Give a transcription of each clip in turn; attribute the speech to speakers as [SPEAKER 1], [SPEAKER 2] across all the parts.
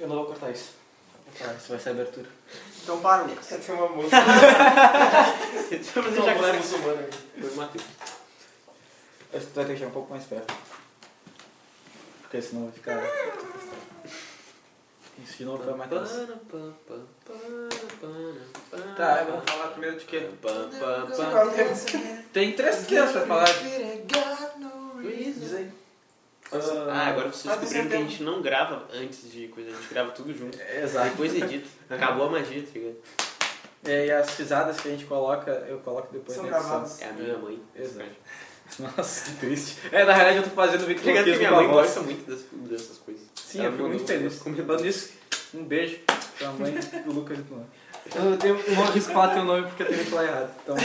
[SPEAKER 1] não vou cortar isso. Vou cortar isso vai ser a abertura.
[SPEAKER 2] Então para, Lucas.
[SPEAKER 3] Tem uma música.
[SPEAKER 1] Vamos
[SPEAKER 3] Tem uma música muçulmana.
[SPEAKER 1] Foi tipo, o Matheus. Acho que tu vai ter que chegar um pouco mais perto. Porque senão vai ficar. Isso de novo vai mais atrás.
[SPEAKER 2] Tá, é, vamos falar primeiro de quê?
[SPEAKER 1] Tem três crianças pra falar.
[SPEAKER 3] Diz aí.
[SPEAKER 4] Ah, agora vocês
[SPEAKER 1] Tá
[SPEAKER 3] Ah,
[SPEAKER 4] descobriram que a
[SPEAKER 3] descendeu.
[SPEAKER 4] gente não grava antes de coisa, a gente grava tudo junto.
[SPEAKER 1] Exato.
[SPEAKER 4] Depois edita. Acabou a magia, tá ligado?
[SPEAKER 1] É, E as risadas que a gente coloca, eu coloco depois
[SPEAKER 3] São
[SPEAKER 1] na edição.
[SPEAKER 3] gravados.
[SPEAKER 4] É a minha mãe.
[SPEAKER 1] Exato. Nossa, que triste. É, na realidade eu tô fazendo vídeo
[SPEAKER 4] Obrigado que
[SPEAKER 1] com
[SPEAKER 4] minha
[SPEAKER 1] a
[SPEAKER 4] mãe
[SPEAKER 1] voz.
[SPEAKER 4] gosta muito das- dessas coisas.
[SPEAKER 1] Sim,
[SPEAKER 4] Ela
[SPEAKER 1] eu fico muito
[SPEAKER 4] mandou
[SPEAKER 1] feliz.
[SPEAKER 4] umas
[SPEAKER 1] Falando nisso, um beijo pra mãe do Lucas e do Luan. Eu tenho, eu vou arriscar falar teu nome porque eu tenho que falar errado. Então,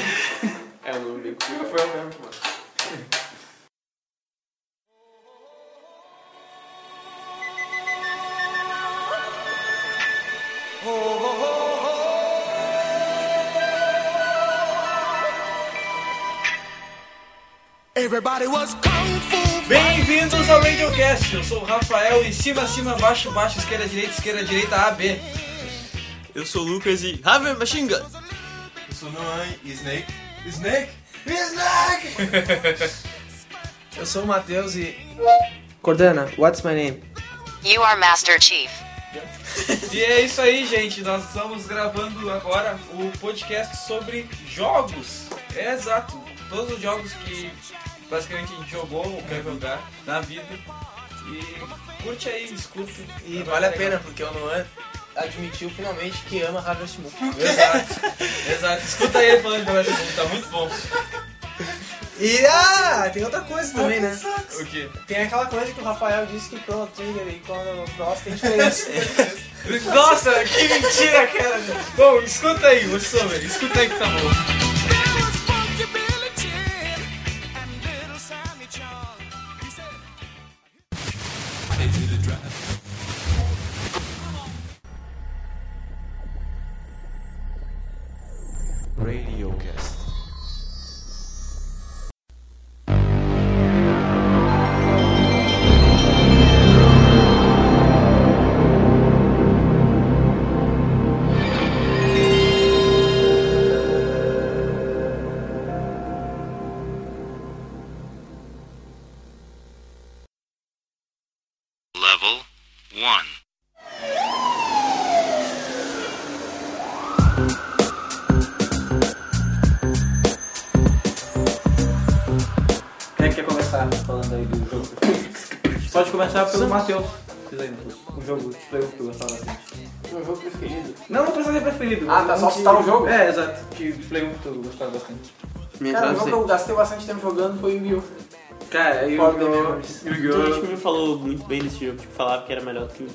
[SPEAKER 4] É o nome bem complicado.
[SPEAKER 3] Foi o mesmo, mano.
[SPEAKER 5] Everybody was kung fu
[SPEAKER 2] Bem-vindos ao RadioCast, eu sou o Rafael e cima, cima, baixo, baixo, esquerda, direita, esquerda, direita, A, B.
[SPEAKER 4] Eu sou o Lucas e. Raven Machinga!
[SPEAKER 6] Eu sou Noan e Snake.
[SPEAKER 2] Snake?
[SPEAKER 6] Eu sou o Matheus e.
[SPEAKER 2] Cordana, what's my name?
[SPEAKER 7] You are Master Chief.
[SPEAKER 2] E é isso aí, gente, nós estamos gravando agora o podcast sobre jogos. É exato, todos os jogos que basicamente a gente jogou ou quer jogar na vida. E curte aí, escuta.
[SPEAKER 6] E vale a pena, porque o Noan admitiu finalmente que ama Harvest Moon.
[SPEAKER 2] Exato, exato. Escuta ele falando de Harvest Moon, tá muito bom.
[SPEAKER 6] E ah, tem outra coisa também, né?
[SPEAKER 2] O quê?
[SPEAKER 6] Tem aquela coisa que o Rafael disse que Chrono Trigger e Chrono Cross tem diferença.
[SPEAKER 2] Nossa, que mentira, cara. Bom, escuta aí, gostou, velho? Escuta aí que tá bom.
[SPEAKER 5] There was Funky Billy Chin and Little Sammy Charles. He said,
[SPEAKER 8] Level 1.
[SPEAKER 1] quem é que quer começar falando aí do jogo? Pode começar pelo Matheus. Diz aí, Matheus. O jogo de jogo que eu gostava bastante.
[SPEAKER 3] Meu Um jogo preferido.
[SPEAKER 1] Não, não precisa ser preferido.
[SPEAKER 3] Ah, tá, só citar o jogo?
[SPEAKER 1] É, exato. Que de Play 1 que eu gostava bastante.
[SPEAKER 4] Me
[SPEAKER 3] Cara, o
[SPEAKER 2] assim.
[SPEAKER 3] jogo que eu gastei bastante tempo jogando foi o Yu-Gi-Oh!
[SPEAKER 1] Cara, eu
[SPEAKER 3] Fora do
[SPEAKER 4] Todo mundo me falou muito bem desse jogo, tipo, falava que era melhor que. o-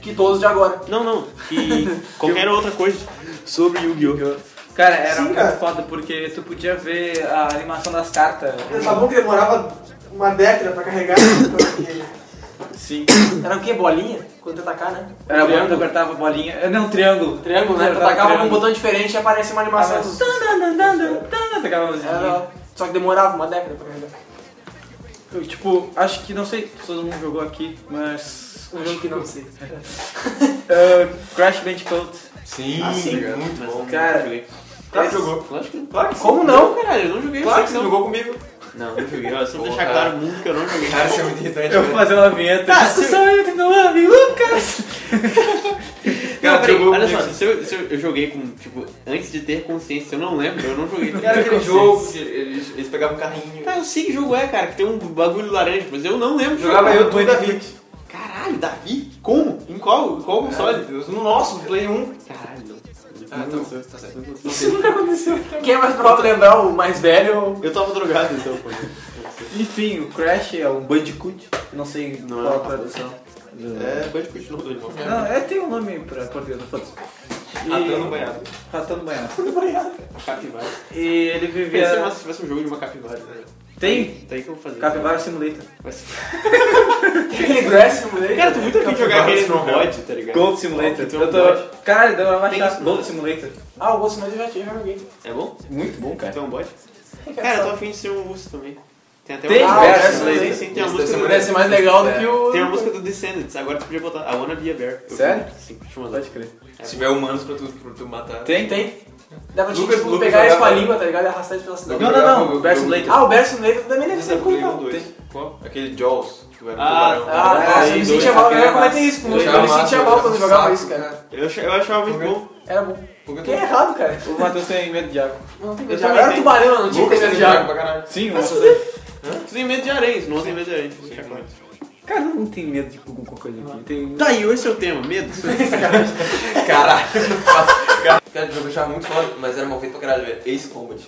[SPEAKER 3] Que todos de agora.
[SPEAKER 4] Não, não, que qualquer outra coisa sobre Yu-Gi-Oh!
[SPEAKER 1] Cara, era
[SPEAKER 3] Sim,
[SPEAKER 1] muito
[SPEAKER 3] cara.
[SPEAKER 1] foda porque tu podia ver a animação das cartas.
[SPEAKER 3] Tá bom que demorava uma década pra carregar. então, porque-
[SPEAKER 1] Sim.
[SPEAKER 3] Era o quê? Bolinha? Quando tu atacar, né?
[SPEAKER 1] Era quando tu apertava a bolinha. É, Não, triângulo.
[SPEAKER 3] Triângulo, né?
[SPEAKER 1] Tu
[SPEAKER 3] Tu atacava com um
[SPEAKER 1] triângulo. assim.
[SPEAKER 3] botão diferente e aparecia uma animação. dos-
[SPEAKER 1] Ah, tocava a musiquinha.
[SPEAKER 3] Era- Só que demorava uma década pra carregar.
[SPEAKER 1] Eu, tipo, acho que não sei se todo mundo jogou aqui, mas. Um jogo que não.
[SPEAKER 3] sei.
[SPEAKER 1] Uh, Crash Bandicoot.
[SPEAKER 6] Sim, muito bom.
[SPEAKER 1] Cara,
[SPEAKER 3] Claro que jogou.
[SPEAKER 4] Lógico que não.
[SPEAKER 3] Como não?
[SPEAKER 4] Caralho, eu não joguei
[SPEAKER 3] Claro que
[SPEAKER 4] essa
[SPEAKER 3] você
[SPEAKER 4] não.
[SPEAKER 3] jogou comigo.
[SPEAKER 4] Não, não joguei. Ó, Só
[SPEAKER 6] Porra.
[SPEAKER 4] deixar claro o mundo que eu não joguei.
[SPEAKER 6] Cara, isso é muito irritante.
[SPEAKER 1] eu vou fazer uma vinheta. Discussão entre Noam e Lucas!
[SPEAKER 4] Não,
[SPEAKER 6] Cara,
[SPEAKER 4] peraí,
[SPEAKER 6] jogou
[SPEAKER 4] olha
[SPEAKER 6] muito
[SPEAKER 4] só, se eu, se eu, eu joguei com, tipo, antes de ter consciência, eu não lembro, eu não joguei.
[SPEAKER 6] Era aquele jogo que eles, eles pegavam um carrinho.
[SPEAKER 4] Ah, eu sei que jogo é, cara, que tem um bagulho laranja, mas eu não lembro. de
[SPEAKER 3] Jogava
[SPEAKER 4] jogar.
[SPEAKER 3] eu, tu e Davi.
[SPEAKER 4] Caralho, Davi? Como? Em qual? Em qual
[SPEAKER 6] Olha,
[SPEAKER 4] console?
[SPEAKER 6] Deus, no nosso, no Play 1.
[SPEAKER 4] Caralho, então não.
[SPEAKER 6] Ah, tá bom, tá certo.
[SPEAKER 3] Quem é mais provável lembrar o mais velho?
[SPEAKER 4] Eu tava drogado então, pô.
[SPEAKER 1] Enfim, o Crash é um Bandicoot. Não sei
[SPEAKER 4] Não
[SPEAKER 1] qual
[SPEAKER 4] é
[SPEAKER 1] a
[SPEAKER 4] uma
[SPEAKER 1] tradução.
[SPEAKER 4] É, pode continuar do irmão.
[SPEAKER 1] Não, é, tem um nome pra português, não foda-se. E-
[SPEAKER 4] Ah,
[SPEAKER 6] Atando banhado.
[SPEAKER 1] Ratão no banhado.
[SPEAKER 4] Capivara.
[SPEAKER 1] E ele
[SPEAKER 4] Pensei
[SPEAKER 1] vivia.
[SPEAKER 4] mais se tivesse um jogo de uma capivara. Né?
[SPEAKER 1] Tem?
[SPEAKER 4] Tem que eu vou fazer.
[SPEAKER 1] Capivara Simulator.
[SPEAKER 4] Mas-
[SPEAKER 3] Aquele Grass, moleque.
[SPEAKER 4] Cara, eu tô muito afim de jogar
[SPEAKER 6] Capivara
[SPEAKER 4] aquele no
[SPEAKER 6] Stronghold.
[SPEAKER 4] mod, tá ligado?
[SPEAKER 1] Gold Simulator.
[SPEAKER 4] Gold,
[SPEAKER 1] Eu
[SPEAKER 4] Gold.
[SPEAKER 1] tô... Cara, deu uma
[SPEAKER 4] Tem
[SPEAKER 1] baixada.
[SPEAKER 4] isso,
[SPEAKER 1] Gold
[SPEAKER 4] né?
[SPEAKER 1] Simulator.
[SPEAKER 3] Ah, o Ghost Simulator eu já tinha joguei.
[SPEAKER 4] É bom?
[SPEAKER 1] Muito bom, cara.
[SPEAKER 4] Então, um bot? Cara, eu tô afim de ser um urso também. Tem até
[SPEAKER 1] Tem
[SPEAKER 4] uma
[SPEAKER 1] versos,
[SPEAKER 4] música.
[SPEAKER 8] né?
[SPEAKER 4] Sim, tem uma música.
[SPEAKER 8] Isso deve ser-
[SPEAKER 4] do-
[SPEAKER 8] deve ser mais legal do que o.
[SPEAKER 4] É, Tem um uma música do Descendants, agora tu podia botar I Wanna Be a Bear. Eu-
[SPEAKER 8] Sério?
[SPEAKER 4] Sim, deixa eu mandar.
[SPEAKER 1] Pode crer.
[SPEAKER 8] Se tiver humanos pra tu, pra tu matar.
[SPEAKER 1] Tem?
[SPEAKER 8] Tem.
[SPEAKER 1] Dá pra
[SPEAKER 8] Lucas-
[SPEAKER 1] tipo,
[SPEAKER 8] Lucas
[SPEAKER 1] pegar
[SPEAKER 8] vai
[SPEAKER 1] isso com a
[SPEAKER 8] lá.
[SPEAKER 1] língua, tá ligado? E arrastar isso pela cidade.
[SPEAKER 8] Não, não, não,
[SPEAKER 1] Versus
[SPEAKER 8] eu-
[SPEAKER 1] Later.
[SPEAKER 6] Ah, o verso negro também deve ser
[SPEAKER 8] Tem
[SPEAKER 6] cool,
[SPEAKER 8] Play
[SPEAKER 6] então.
[SPEAKER 8] 1, 2. Qual? Aquele Jaws. Tu era um
[SPEAKER 4] Ah,
[SPEAKER 8] tubarão.
[SPEAKER 4] tá.
[SPEAKER 6] Ah,
[SPEAKER 8] Ah,
[SPEAKER 6] nossa, eu
[SPEAKER 8] aí,
[SPEAKER 6] me
[SPEAKER 8] dois,
[SPEAKER 6] sentia mal, eu ia
[SPEAKER 8] aquele
[SPEAKER 6] comentar
[SPEAKER 8] massa.
[SPEAKER 6] isso com o Lucas,
[SPEAKER 8] Achava
[SPEAKER 6] eu me sentia
[SPEAKER 8] massa,
[SPEAKER 6] mal quando eu
[SPEAKER 8] achava
[SPEAKER 6] jogava
[SPEAKER 8] saco,
[SPEAKER 6] isso, cara.
[SPEAKER 4] Eu, ach- eu achava muito bom.
[SPEAKER 6] Era bom.
[SPEAKER 8] Porque
[SPEAKER 6] Que é errado, cara.
[SPEAKER 1] O Matheus tem medo de água.
[SPEAKER 6] Não tem
[SPEAKER 4] Eu
[SPEAKER 6] medo.
[SPEAKER 4] também
[SPEAKER 6] Agora
[SPEAKER 4] tenho.
[SPEAKER 6] tubarão, eu não tinha
[SPEAKER 8] Lucas
[SPEAKER 6] medo
[SPEAKER 8] tem
[SPEAKER 6] de água.
[SPEAKER 8] pra caralho.
[SPEAKER 1] Sim, o Matheus
[SPEAKER 4] Tu tem medo de aranhas, não tem medo de aranhas. Sim,
[SPEAKER 1] Cara, não tem medo de qualquer coisa aqui. Tem...
[SPEAKER 4] tá, e esse é o tema, medo.
[SPEAKER 8] Caralho. Cara, o jogo eu achava muito foda, mas era mal feito pra caralho, velho. Ace Combat.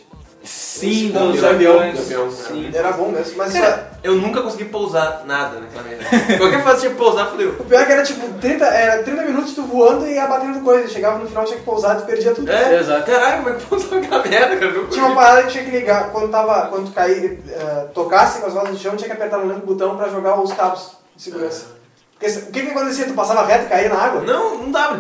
[SPEAKER 1] Sim,
[SPEAKER 8] Não,
[SPEAKER 1] dos
[SPEAKER 8] do avião,
[SPEAKER 1] aviões.
[SPEAKER 8] do avião,
[SPEAKER 1] Sim.
[SPEAKER 6] Era bom mesmo, mas isso é-
[SPEAKER 8] Eu nunca consegui pousar nada naquela merda. Qualquer fase tinha que pousar, fudeu.
[SPEAKER 6] o pior é que era tipo 30, era 30 minutos tu voando e abatendo coisa. Chegava no final, tinha que pousar, tu perdia tudo.
[SPEAKER 8] É, Exato. caralho, como é que pousava aquela merda, cara? Eu não
[SPEAKER 6] Tinha
[SPEAKER 8] consegui.
[SPEAKER 6] uma parada que tinha que ligar, quando, tava, quando tu caí, eh, tocasse com as rodas no chão, tinha que apertar no botão pra jogar os cabos de segurança. Porque se- o que que acontecia? Tu passava reto e caía na água?
[SPEAKER 8] Não, não dava.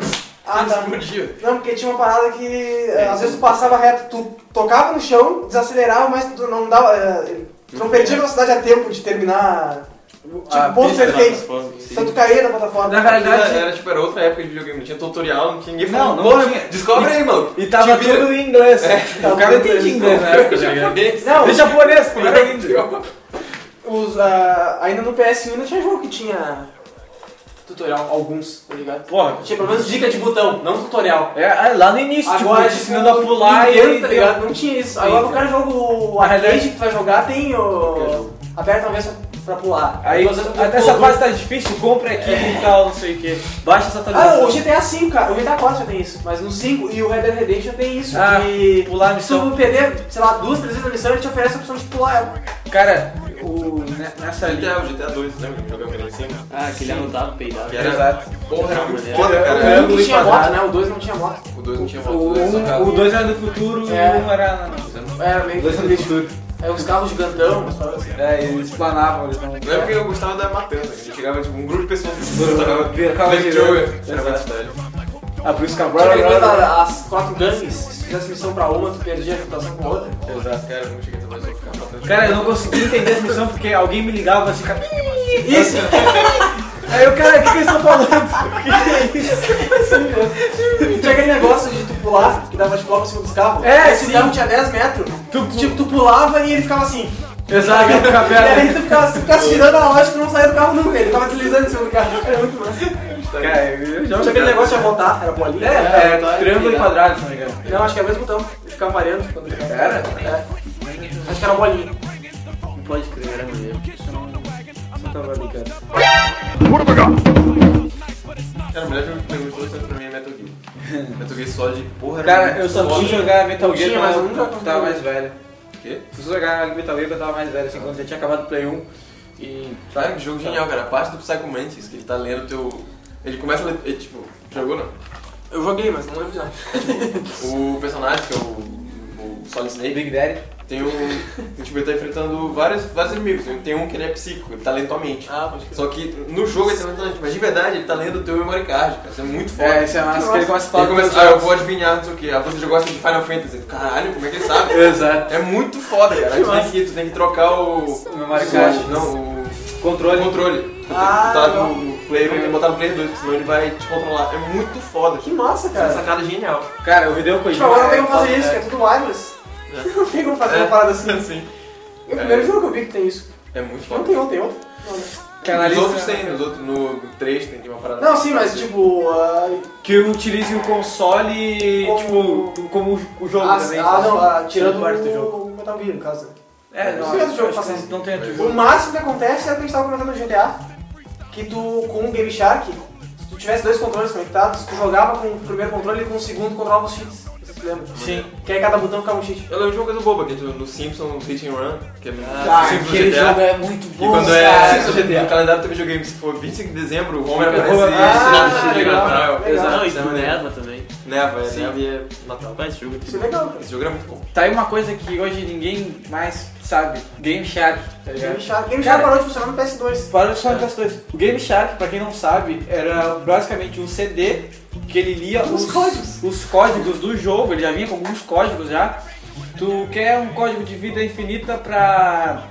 [SPEAKER 6] Ah, tá.
[SPEAKER 8] Explodia.
[SPEAKER 6] Não, porque tinha uma parada que eh, às vezes tu passava reto, tu tocava no chão, desacelerava, mas tu não dava. eh, tu não perdia a velocidade a tempo de terminar. Tipo, pontos
[SPEAKER 1] Ah, pista,
[SPEAKER 6] perfeitos. Então tu caía na plataforma.
[SPEAKER 1] Na verdade-
[SPEAKER 8] Era, era, tipo, era outra época de videogame, não tinha tutorial, não tinha ninguém
[SPEAKER 1] Não,
[SPEAKER 8] falando.
[SPEAKER 1] não
[SPEAKER 8] "Porra,
[SPEAKER 1] tinha.
[SPEAKER 8] Descobre aí, mano.
[SPEAKER 1] E tava
[SPEAKER 8] Te vira.
[SPEAKER 1] tudo em inglês.
[SPEAKER 6] tava
[SPEAKER 1] o cara
[SPEAKER 6] tudo em
[SPEAKER 1] entendia inglês na época, tá ligado?
[SPEAKER 6] Não,
[SPEAKER 1] Tem japonês, pô. era índio.
[SPEAKER 6] os, ah, ainda no PS1 ainda tinha jogo que tinha tutorial, alguns, tá ligado?
[SPEAKER 1] Porra.
[SPEAKER 6] Tinha pelo menos dica de botão, não tutorial.
[SPEAKER 1] É, é, lá no início,
[SPEAKER 6] Agora,
[SPEAKER 1] tipo, te ensinando a pular e...
[SPEAKER 6] Nintendo, tá ligado? Não tinha isso. Agora
[SPEAKER 1] Sim,
[SPEAKER 6] o cara joga o
[SPEAKER 1] Na
[SPEAKER 6] arcade
[SPEAKER 1] realidade-
[SPEAKER 6] que tu vai jogar, tem o... Aperta uma vez pra- pra pular.
[SPEAKER 1] Aí,
[SPEAKER 6] Duas vezes pra
[SPEAKER 1] até essa
[SPEAKER 6] pular.
[SPEAKER 1] fase tá difícil, compra aqui e tal, não sei o que. Baixa essa
[SPEAKER 6] Ah, o
[SPEAKER 1] atualização.
[SPEAKER 6] GTA V, cara. O GTA 4 já tem isso. Mas no 5 e o Red Dead Redemption tem isso.
[SPEAKER 1] Ah,
[SPEAKER 6] de
[SPEAKER 1] pular a
[SPEAKER 6] se tu
[SPEAKER 1] missão.
[SPEAKER 6] perder, sei lá, duas, três vezes na missão, ele te oferece a opção de pular ela.
[SPEAKER 1] Cara, o, ne- nessa linha...
[SPEAKER 8] GTA, né, o GTA 2, lembra que jogamos ali em cima?
[SPEAKER 4] Ah, aquele anotava peidado.
[SPEAKER 8] Que era-
[SPEAKER 1] Exato.
[SPEAKER 8] Porra, era muito
[SPEAKER 4] Era-
[SPEAKER 8] foda,
[SPEAKER 1] era-
[SPEAKER 8] cara.
[SPEAKER 6] O 1
[SPEAKER 1] ângulo
[SPEAKER 6] que
[SPEAKER 1] e
[SPEAKER 6] tinha moto,
[SPEAKER 1] quadrado.
[SPEAKER 6] né? O 2 não tinha moto.
[SPEAKER 8] O 2 não tinha
[SPEAKER 1] O
[SPEAKER 8] moto, o 2 só tava.
[SPEAKER 1] 1 dois era do futuro
[SPEAKER 6] É.
[SPEAKER 1] e um era...
[SPEAKER 6] Era meio
[SPEAKER 1] Dois era do futuro.
[SPEAKER 6] É uns carros gigantão, umas paradas assim.
[SPEAKER 1] É, eles planavam, eles não...
[SPEAKER 8] Não é porque eu gostava da matança, que chegava tipo um grupo de pessoas
[SPEAKER 1] Grupo, ficava
[SPEAKER 8] Black
[SPEAKER 1] girando.
[SPEAKER 8] Joker. Era muito
[SPEAKER 1] Exato.
[SPEAKER 8] velho.
[SPEAKER 1] Ah, por isso que
[SPEAKER 6] Tinha
[SPEAKER 1] agora...
[SPEAKER 6] aquele coisa da- as quatro gangues, se fizesse missão pra uma, tu perdia a reputação com a outra.
[SPEAKER 1] Exato.
[SPEAKER 8] Cara, eu não cheguei a trabalhar, só ficava matando.
[SPEAKER 1] Cara, eu não consegui entender essa missão porque alguém me ligava assim, cara.
[SPEAKER 6] Isso!
[SPEAKER 1] Aí eu, cara, o que, que eles estão falando? O que, que é isso?
[SPEAKER 6] Tinha aquele negócio de tu pular, que dava de pular pra cima dos carros.
[SPEAKER 1] É,
[SPEAKER 6] Aí, se o
[SPEAKER 1] sim.
[SPEAKER 6] carro tinha 10 metros,
[SPEAKER 1] Tu pu-
[SPEAKER 6] tipo, tu pulava e ele ficava assim.
[SPEAKER 1] Exato, com a
[SPEAKER 6] E aí tu ficava, tu ficava girando a loja, tu não saía do carro nunca, ele tava deslizando em cima do carro. Era muito massa. Tinha
[SPEAKER 1] Cara, eu já
[SPEAKER 6] aquele negócio de voltar, era bolinha.
[SPEAKER 1] É, é, triângulo e quadrado, se não me engano.
[SPEAKER 6] Não, acho que é o mesmo botão, ele ficava variando. Quando...
[SPEAKER 1] Era?
[SPEAKER 6] É. Acho que era bolinha.
[SPEAKER 1] Não pode crer, era mulher. Só tava ali, cara.
[SPEAKER 8] Cara, o melhor jogo que pegou todos pra mim é Metal Gear. Metal Gear Solid, porra, era
[SPEAKER 1] Cara,
[SPEAKER 8] muito
[SPEAKER 1] eu só
[SPEAKER 8] foda.
[SPEAKER 1] fui jogar Metal Gear
[SPEAKER 6] Tinha, mas eu nunca
[SPEAKER 1] quando eu tava mais velho.
[SPEAKER 8] O quê?
[SPEAKER 1] Fui jogar Metal Gear quando eu tava mais velho, assim, quando já tinha acabado o Play 1. E.
[SPEAKER 8] Cara, que
[SPEAKER 1] Tá.
[SPEAKER 8] jogo genial, cara. A parte do Psycho Mantis, que ele tá lendo teu. Ele começa a ler. Ele, tipo, jogou não? É, tipo,
[SPEAKER 6] Eu joguei, mas não lembro de nada.
[SPEAKER 8] O personagem, que é o. O Solid Snake,
[SPEAKER 1] Big Daddy.
[SPEAKER 8] tem um. tem, Tipo, ele tá enfrentando vários, vários inimigos. Tem um que ele é psíquico, ele tá lendo tua mente.
[SPEAKER 6] Ah, pode crer.
[SPEAKER 8] Só que no jogo ele tá lendo tua mente, mas de verdade ele tá lendo teu memory card, cara. Isso é muito foda.
[SPEAKER 1] É, esse é massa, que ele começa a falar.
[SPEAKER 8] Ele começa, ah, eu vou adivinhar, não sei o que. Ah, você já gosta de Final Fantasy. Caralho, como é que ele sabe?
[SPEAKER 1] Exato.
[SPEAKER 8] É muito foda, cara. Aí Tu tem, que, tu tem que trocar o.
[SPEAKER 1] O memory card.
[SPEAKER 8] Não, o.
[SPEAKER 1] Controle.
[SPEAKER 8] O controle. Tu tem que
[SPEAKER 6] Ah,
[SPEAKER 8] botar
[SPEAKER 6] não.
[SPEAKER 8] no player 1 e botar no player 2, porque senão ele vai te controlar. É muito foda.
[SPEAKER 6] Que massa,
[SPEAKER 8] Essa
[SPEAKER 6] cara.
[SPEAKER 8] sacada é genial.
[SPEAKER 1] Cara, o Hideo
[SPEAKER 6] Tipo,
[SPEAKER 1] Kojima.
[SPEAKER 6] agora não tem como fazer
[SPEAKER 1] é-
[SPEAKER 6] isso, que é tudo wireless. Não tem como fazer uma
[SPEAKER 8] É.
[SPEAKER 6] parada assim.
[SPEAKER 8] Assim.
[SPEAKER 6] É o primeiro jogo que eu vi que tem isso.
[SPEAKER 8] É muito
[SPEAKER 6] Não
[SPEAKER 8] foda.
[SPEAKER 6] tem um, tem outro. Não, né?
[SPEAKER 8] Os
[SPEAKER 1] Canalista-
[SPEAKER 8] outros tem, os outros no 3 tem que uma parada. assim.
[SPEAKER 6] Não, sim, mas tipo. ah,
[SPEAKER 1] Que utilize o console,
[SPEAKER 6] Como-
[SPEAKER 1] tipo, como o jogo
[SPEAKER 6] ah,
[SPEAKER 1] também.
[SPEAKER 6] ah, não, ah, tirando
[SPEAKER 1] parte do
[SPEAKER 6] o Metal Gear, no caso.
[SPEAKER 1] É, não,
[SPEAKER 6] Não tem outro
[SPEAKER 1] acho
[SPEAKER 6] jogo que faça
[SPEAKER 1] que
[SPEAKER 6] isso.
[SPEAKER 1] não tem outro
[SPEAKER 6] O
[SPEAKER 1] jogo.
[SPEAKER 6] máximo que acontece é o que a gente tava comentando no GTA. Que tu, com o Game Shark, se tu tivesse dois controles conectados, tu jogava com o primeiro controle e com o segundo controlava os cheats. Vocês se lembram?
[SPEAKER 1] Sim.
[SPEAKER 6] Que aí cada botão ficava um cheat.
[SPEAKER 8] Eu lembro de uma coisa boba, que é tipo, no Simpsons Hit and Run, que é no
[SPEAKER 1] Ah,
[SPEAKER 8] Simpsons
[SPEAKER 1] aquele
[SPEAKER 8] GTA.
[SPEAKER 1] jogo é muito
[SPEAKER 8] E
[SPEAKER 1] bom.
[SPEAKER 8] quando
[SPEAKER 1] cara.
[SPEAKER 8] é no calendário do videogame, se for 25 de dezembro, o Homer
[SPEAKER 1] Fica
[SPEAKER 8] aparece
[SPEAKER 1] Homer-
[SPEAKER 6] Ah,
[SPEAKER 8] sinal de
[SPEAKER 6] legal.
[SPEAKER 8] Natal.
[SPEAKER 6] Legal.
[SPEAKER 4] Não, e
[SPEAKER 8] Isso é
[SPEAKER 4] do
[SPEAKER 8] maneiro.
[SPEAKER 4] Neva também.
[SPEAKER 8] Neva, é
[SPEAKER 4] Sim.
[SPEAKER 8] Neva e é Natal.
[SPEAKER 4] Rapaz, esse jogo é
[SPEAKER 6] Isso é
[SPEAKER 4] tudo.
[SPEAKER 6] legal, cara.
[SPEAKER 8] Esse jogo é muito bom.
[SPEAKER 1] Tá aí uma coisa que hoje ninguém mais sabe: Game Shark. Tá
[SPEAKER 3] É.
[SPEAKER 6] Game
[SPEAKER 1] ligado?
[SPEAKER 6] Shark, Game
[SPEAKER 1] Cara-
[SPEAKER 6] Shark parou de funcionar no PS2.
[SPEAKER 1] Para só das coisas. O Game Shark, pra quem não sabe, era basicamente um CD que ele lia os,
[SPEAKER 6] códigos.
[SPEAKER 1] os códigos do jogo, ele já vinha com alguns códigos já. Tu quer um código de vida infinita pra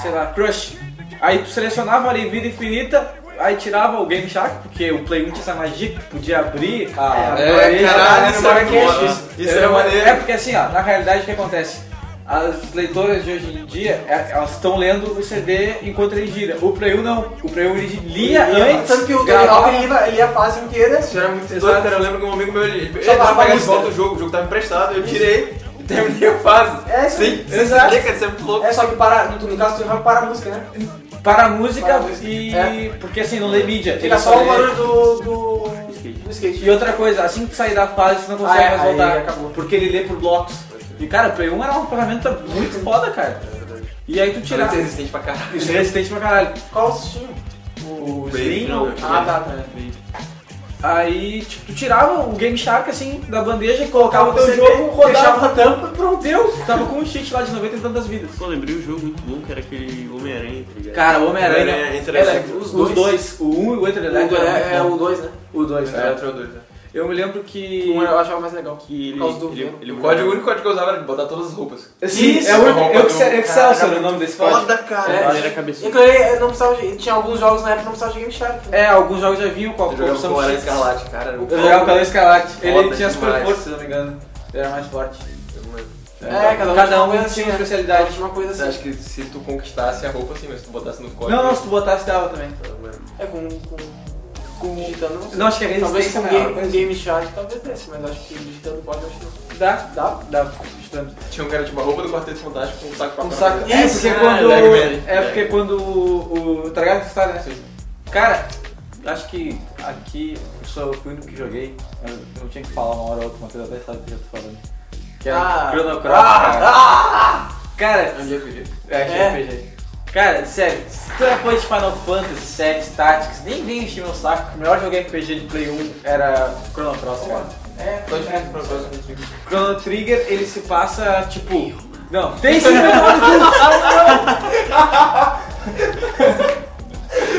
[SPEAKER 1] sei lá, Crush. Aí tu selecionava ali vida infinita, aí tirava o Game Shark, porque o Play 1 tinha essa magia que tu podia abrir.
[SPEAKER 8] Ah,
[SPEAKER 1] abrir
[SPEAKER 8] é,
[SPEAKER 1] aí,
[SPEAKER 8] caralho,
[SPEAKER 1] abrir
[SPEAKER 8] isso
[SPEAKER 1] uma
[SPEAKER 8] é
[SPEAKER 1] cache.
[SPEAKER 8] foda. Isso é maneiro.
[SPEAKER 1] É porque assim, ó, na realidade o que acontece? As leitoras de hoje em dia, é- elas estão lendo o CD enquanto ele gira. O Play 1 não. O Play 1 ele lia antes.
[SPEAKER 3] Tanto que o Tony
[SPEAKER 1] gravava-
[SPEAKER 3] Hawk ele ia, ele ia a fase inteira.
[SPEAKER 8] Isso era muito doido, cara. Eu lembro que um amigo meu, ele, ele
[SPEAKER 3] Só
[SPEAKER 8] tava
[SPEAKER 3] tava
[SPEAKER 8] pagando de
[SPEAKER 3] música.
[SPEAKER 8] volta o jogo, o jogo tava emprestado, eu tirei, terminei a fase.
[SPEAKER 3] É, isso
[SPEAKER 8] Sim,
[SPEAKER 3] aí.
[SPEAKER 8] sem
[SPEAKER 3] Exato.
[SPEAKER 8] saber, cara, isso é muito louco.
[SPEAKER 3] É, só que para, no, no caso do Tony Hawk para a música, né?
[SPEAKER 1] Para a música
[SPEAKER 3] Para a música.
[SPEAKER 1] e.
[SPEAKER 3] É.
[SPEAKER 1] Porque assim, não lê mídia.
[SPEAKER 3] Fica
[SPEAKER 1] Ele
[SPEAKER 3] só o
[SPEAKER 1] lê-
[SPEAKER 3] barulho do. do. do skate.
[SPEAKER 1] E outra coisa, assim que sair da fase, você não consegue
[SPEAKER 3] Ah, é,
[SPEAKER 1] mais
[SPEAKER 3] aí
[SPEAKER 1] voltar.
[SPEAKER 3] acabou.
[SPEAKER 1] Porque ele lê por blocos. E cara, o Play 1 era uma ferramenta muito foda, cara. E aí tu
[SPEAKER 8] Era
[SPEAKER 1] tira.
[SPEAKER 8] muito resistente pra caralho.
[SPEAKER 1] Isso é resistente pra caralho.
[SPEAKER 3] Qual o estilo?
[SPEAKER 1] O
[SPEAKER 8] Play
[SPEAKER 1] Slim,
[SPEAKER 8] não,
[SPEAKER 1] o-
[SPEAKER 3] Ah, tá, tá.
[SPEAKER 1] Aí tipo, tu tirava o Game Shark assim da bandeja e colocava o teu
[SPEAKER 3] Você
[SPEAKER 1] jogo,
[SPEAKER 3] Fechava
[SPEAKER 1] rodava.
[SPEAKER 3] a tampa, pronto.
[SPEAKER 1] Deus, tava com um cheat lá de 90 e tantas vidas.
[SPEAKER 4] Pô, lembrei um jogo muito bom que era aquele Homem-Aranha, tá ligado?
[SPEAKER 1] Cara, o Homem-Aranha.
[SPEAKER 8] Homem-Aranha entre
[SPEAKER 1] Ele-
[SPEAKER 8] eles,
[SPEAKER 1] os, dois. o 1 um e o 8
[SPEAKER 3] O dois, É, é
[SPEAKER 1] o
[SPEAKER 3] o 2, né?
[SPEAKER 1] 2,
[SPEAKER 8] Era outro doido, né?
[SPEAKER 1] Eu me lembro que.
[SPEAKER 3] Um eu achava mais legal.
[SPEAKER 4] Que ele,
[SPEAKER 3] Por causa do
[SPEAKER 4] ele,
[SPEAKER 3] vento.
[SPEAKER 4] ele-
[SPEAKER 8] O código, o único código que eu usava era de botar todas as roupas.
[SPEAKER 1] Sim,
[SPEAKER 3] Isso,
[SPEAKER 1] é
[SPEAKER 8] a roupa
[SPEAKER 1] o
[SPEAKER 8] do-
[SPEAKER 1] Excel- Excelsior o nome desse código.
[SPEAKER 8] cara.
[SPEAKER 3] É.
[SPEAKER 4] ele era cabeçudo.
[SPEAKER 3] Inclusive, eu não precisava de, tinha alguns jogos na época que não precisava de Game Shark. né?
[SPEAKER 1] É, alguns jogos já vinham com a
[SPEAKER 8] Eu jogava
[SPEAKER 1] opção
[SPEAKER 8] com o Aranha
[SPEAKER 1] de cheats.
[SPEAKER 8] Escarlate, cara. era o-
[SPEAKER 1] Eu jogava com o Escarlate. Ele
[SPEAKER 8] Foda
[SPEAKER 1] tinha super
[SPEAKER 8] demais.
[SPEAKER 1] força, se não me engano. Ele era mais forte.
[SPEAKER 8] Eu não lembro.
[SPEAKER 3] É, cada um tinha uma
[SPEAKER 1] tinha
[SPEAKER 3] coisa
[SPEAKER 1] uma
[SPEAKER 3] assim, né?
[SPEAKER 1] especialidade.
[SPEAKER 3] Uma coisa
[SPEAKER 8] Você
[SPEAKER 3] assim.
[SPEAKER 8] acha que se tu conquistasse a roupa assim, mas se tu botasse no código...
[SPEAKER 1] Não, não, se tu botasse dava também.
[SPEAKER 8] Eu não lembro.
[SPEAKER 3] É, com. com. com digitando não sei.
[SPEAKER 1] Não, acho que é
[SPEAKER 3] Talvez
[SPEAKER 1] resistência
[SPEAKER 3] com
[SPEAKER 1] maior,
[SPEAKER 3] game,
[SPEAKER 1] coisa
[SPEAKER 3] com
[SPEAKER 1] assim.
[SPEAKER 3] game Shark talvez desse, mas acho que digitando pode, acho que não.
[SPEAKER 1] Dá,
[SPEAKER 3] Dá?
[SPEAKER 1] dá, distante.
[SPEAKER 8] Tinha um cara de uma roupa do Quarteto Fantástico com um saco pra
[SPEAKER 1] Um
[SPEAKER 8] fora.
[SPEAKER 1] saco. É
[SPEAKER 3] Isso,
[SPEAKER 1] porque
[SPEAKER 3] né?
[SPEAKER 1] quando.
[SPEAKER 8] Blackberry.
[SPEAKER 1] É porque quando o. o- Tá ligado que você tá, né? Cara, acho que aqui eu sou o único que joguei. Eu, eu tinha que falar uma hora ou outra, mas eu até sabe o que eu tô falando. Que era
[SPEAKER 3] Ah.
[SPEAKER 1] Chrono Cross. cara. Cara,
[SPEAKER 8] Um dia pedi.
[SPEAKER 1] É, RPG. Cara, sério, se tu é fã de Final Fantasy VII, Tactics, nem vem encher meu saco. O melhor jogo RPG de Play 1 era Chrono Cross, cara.
[SPEAKER 3] É,
[SPEAKER 8] Qual a diferença pra próxima contigo?
[SPEAKER 1] Chrono Trigger, ele se passa, tipo... Não, tem sim, meu Deus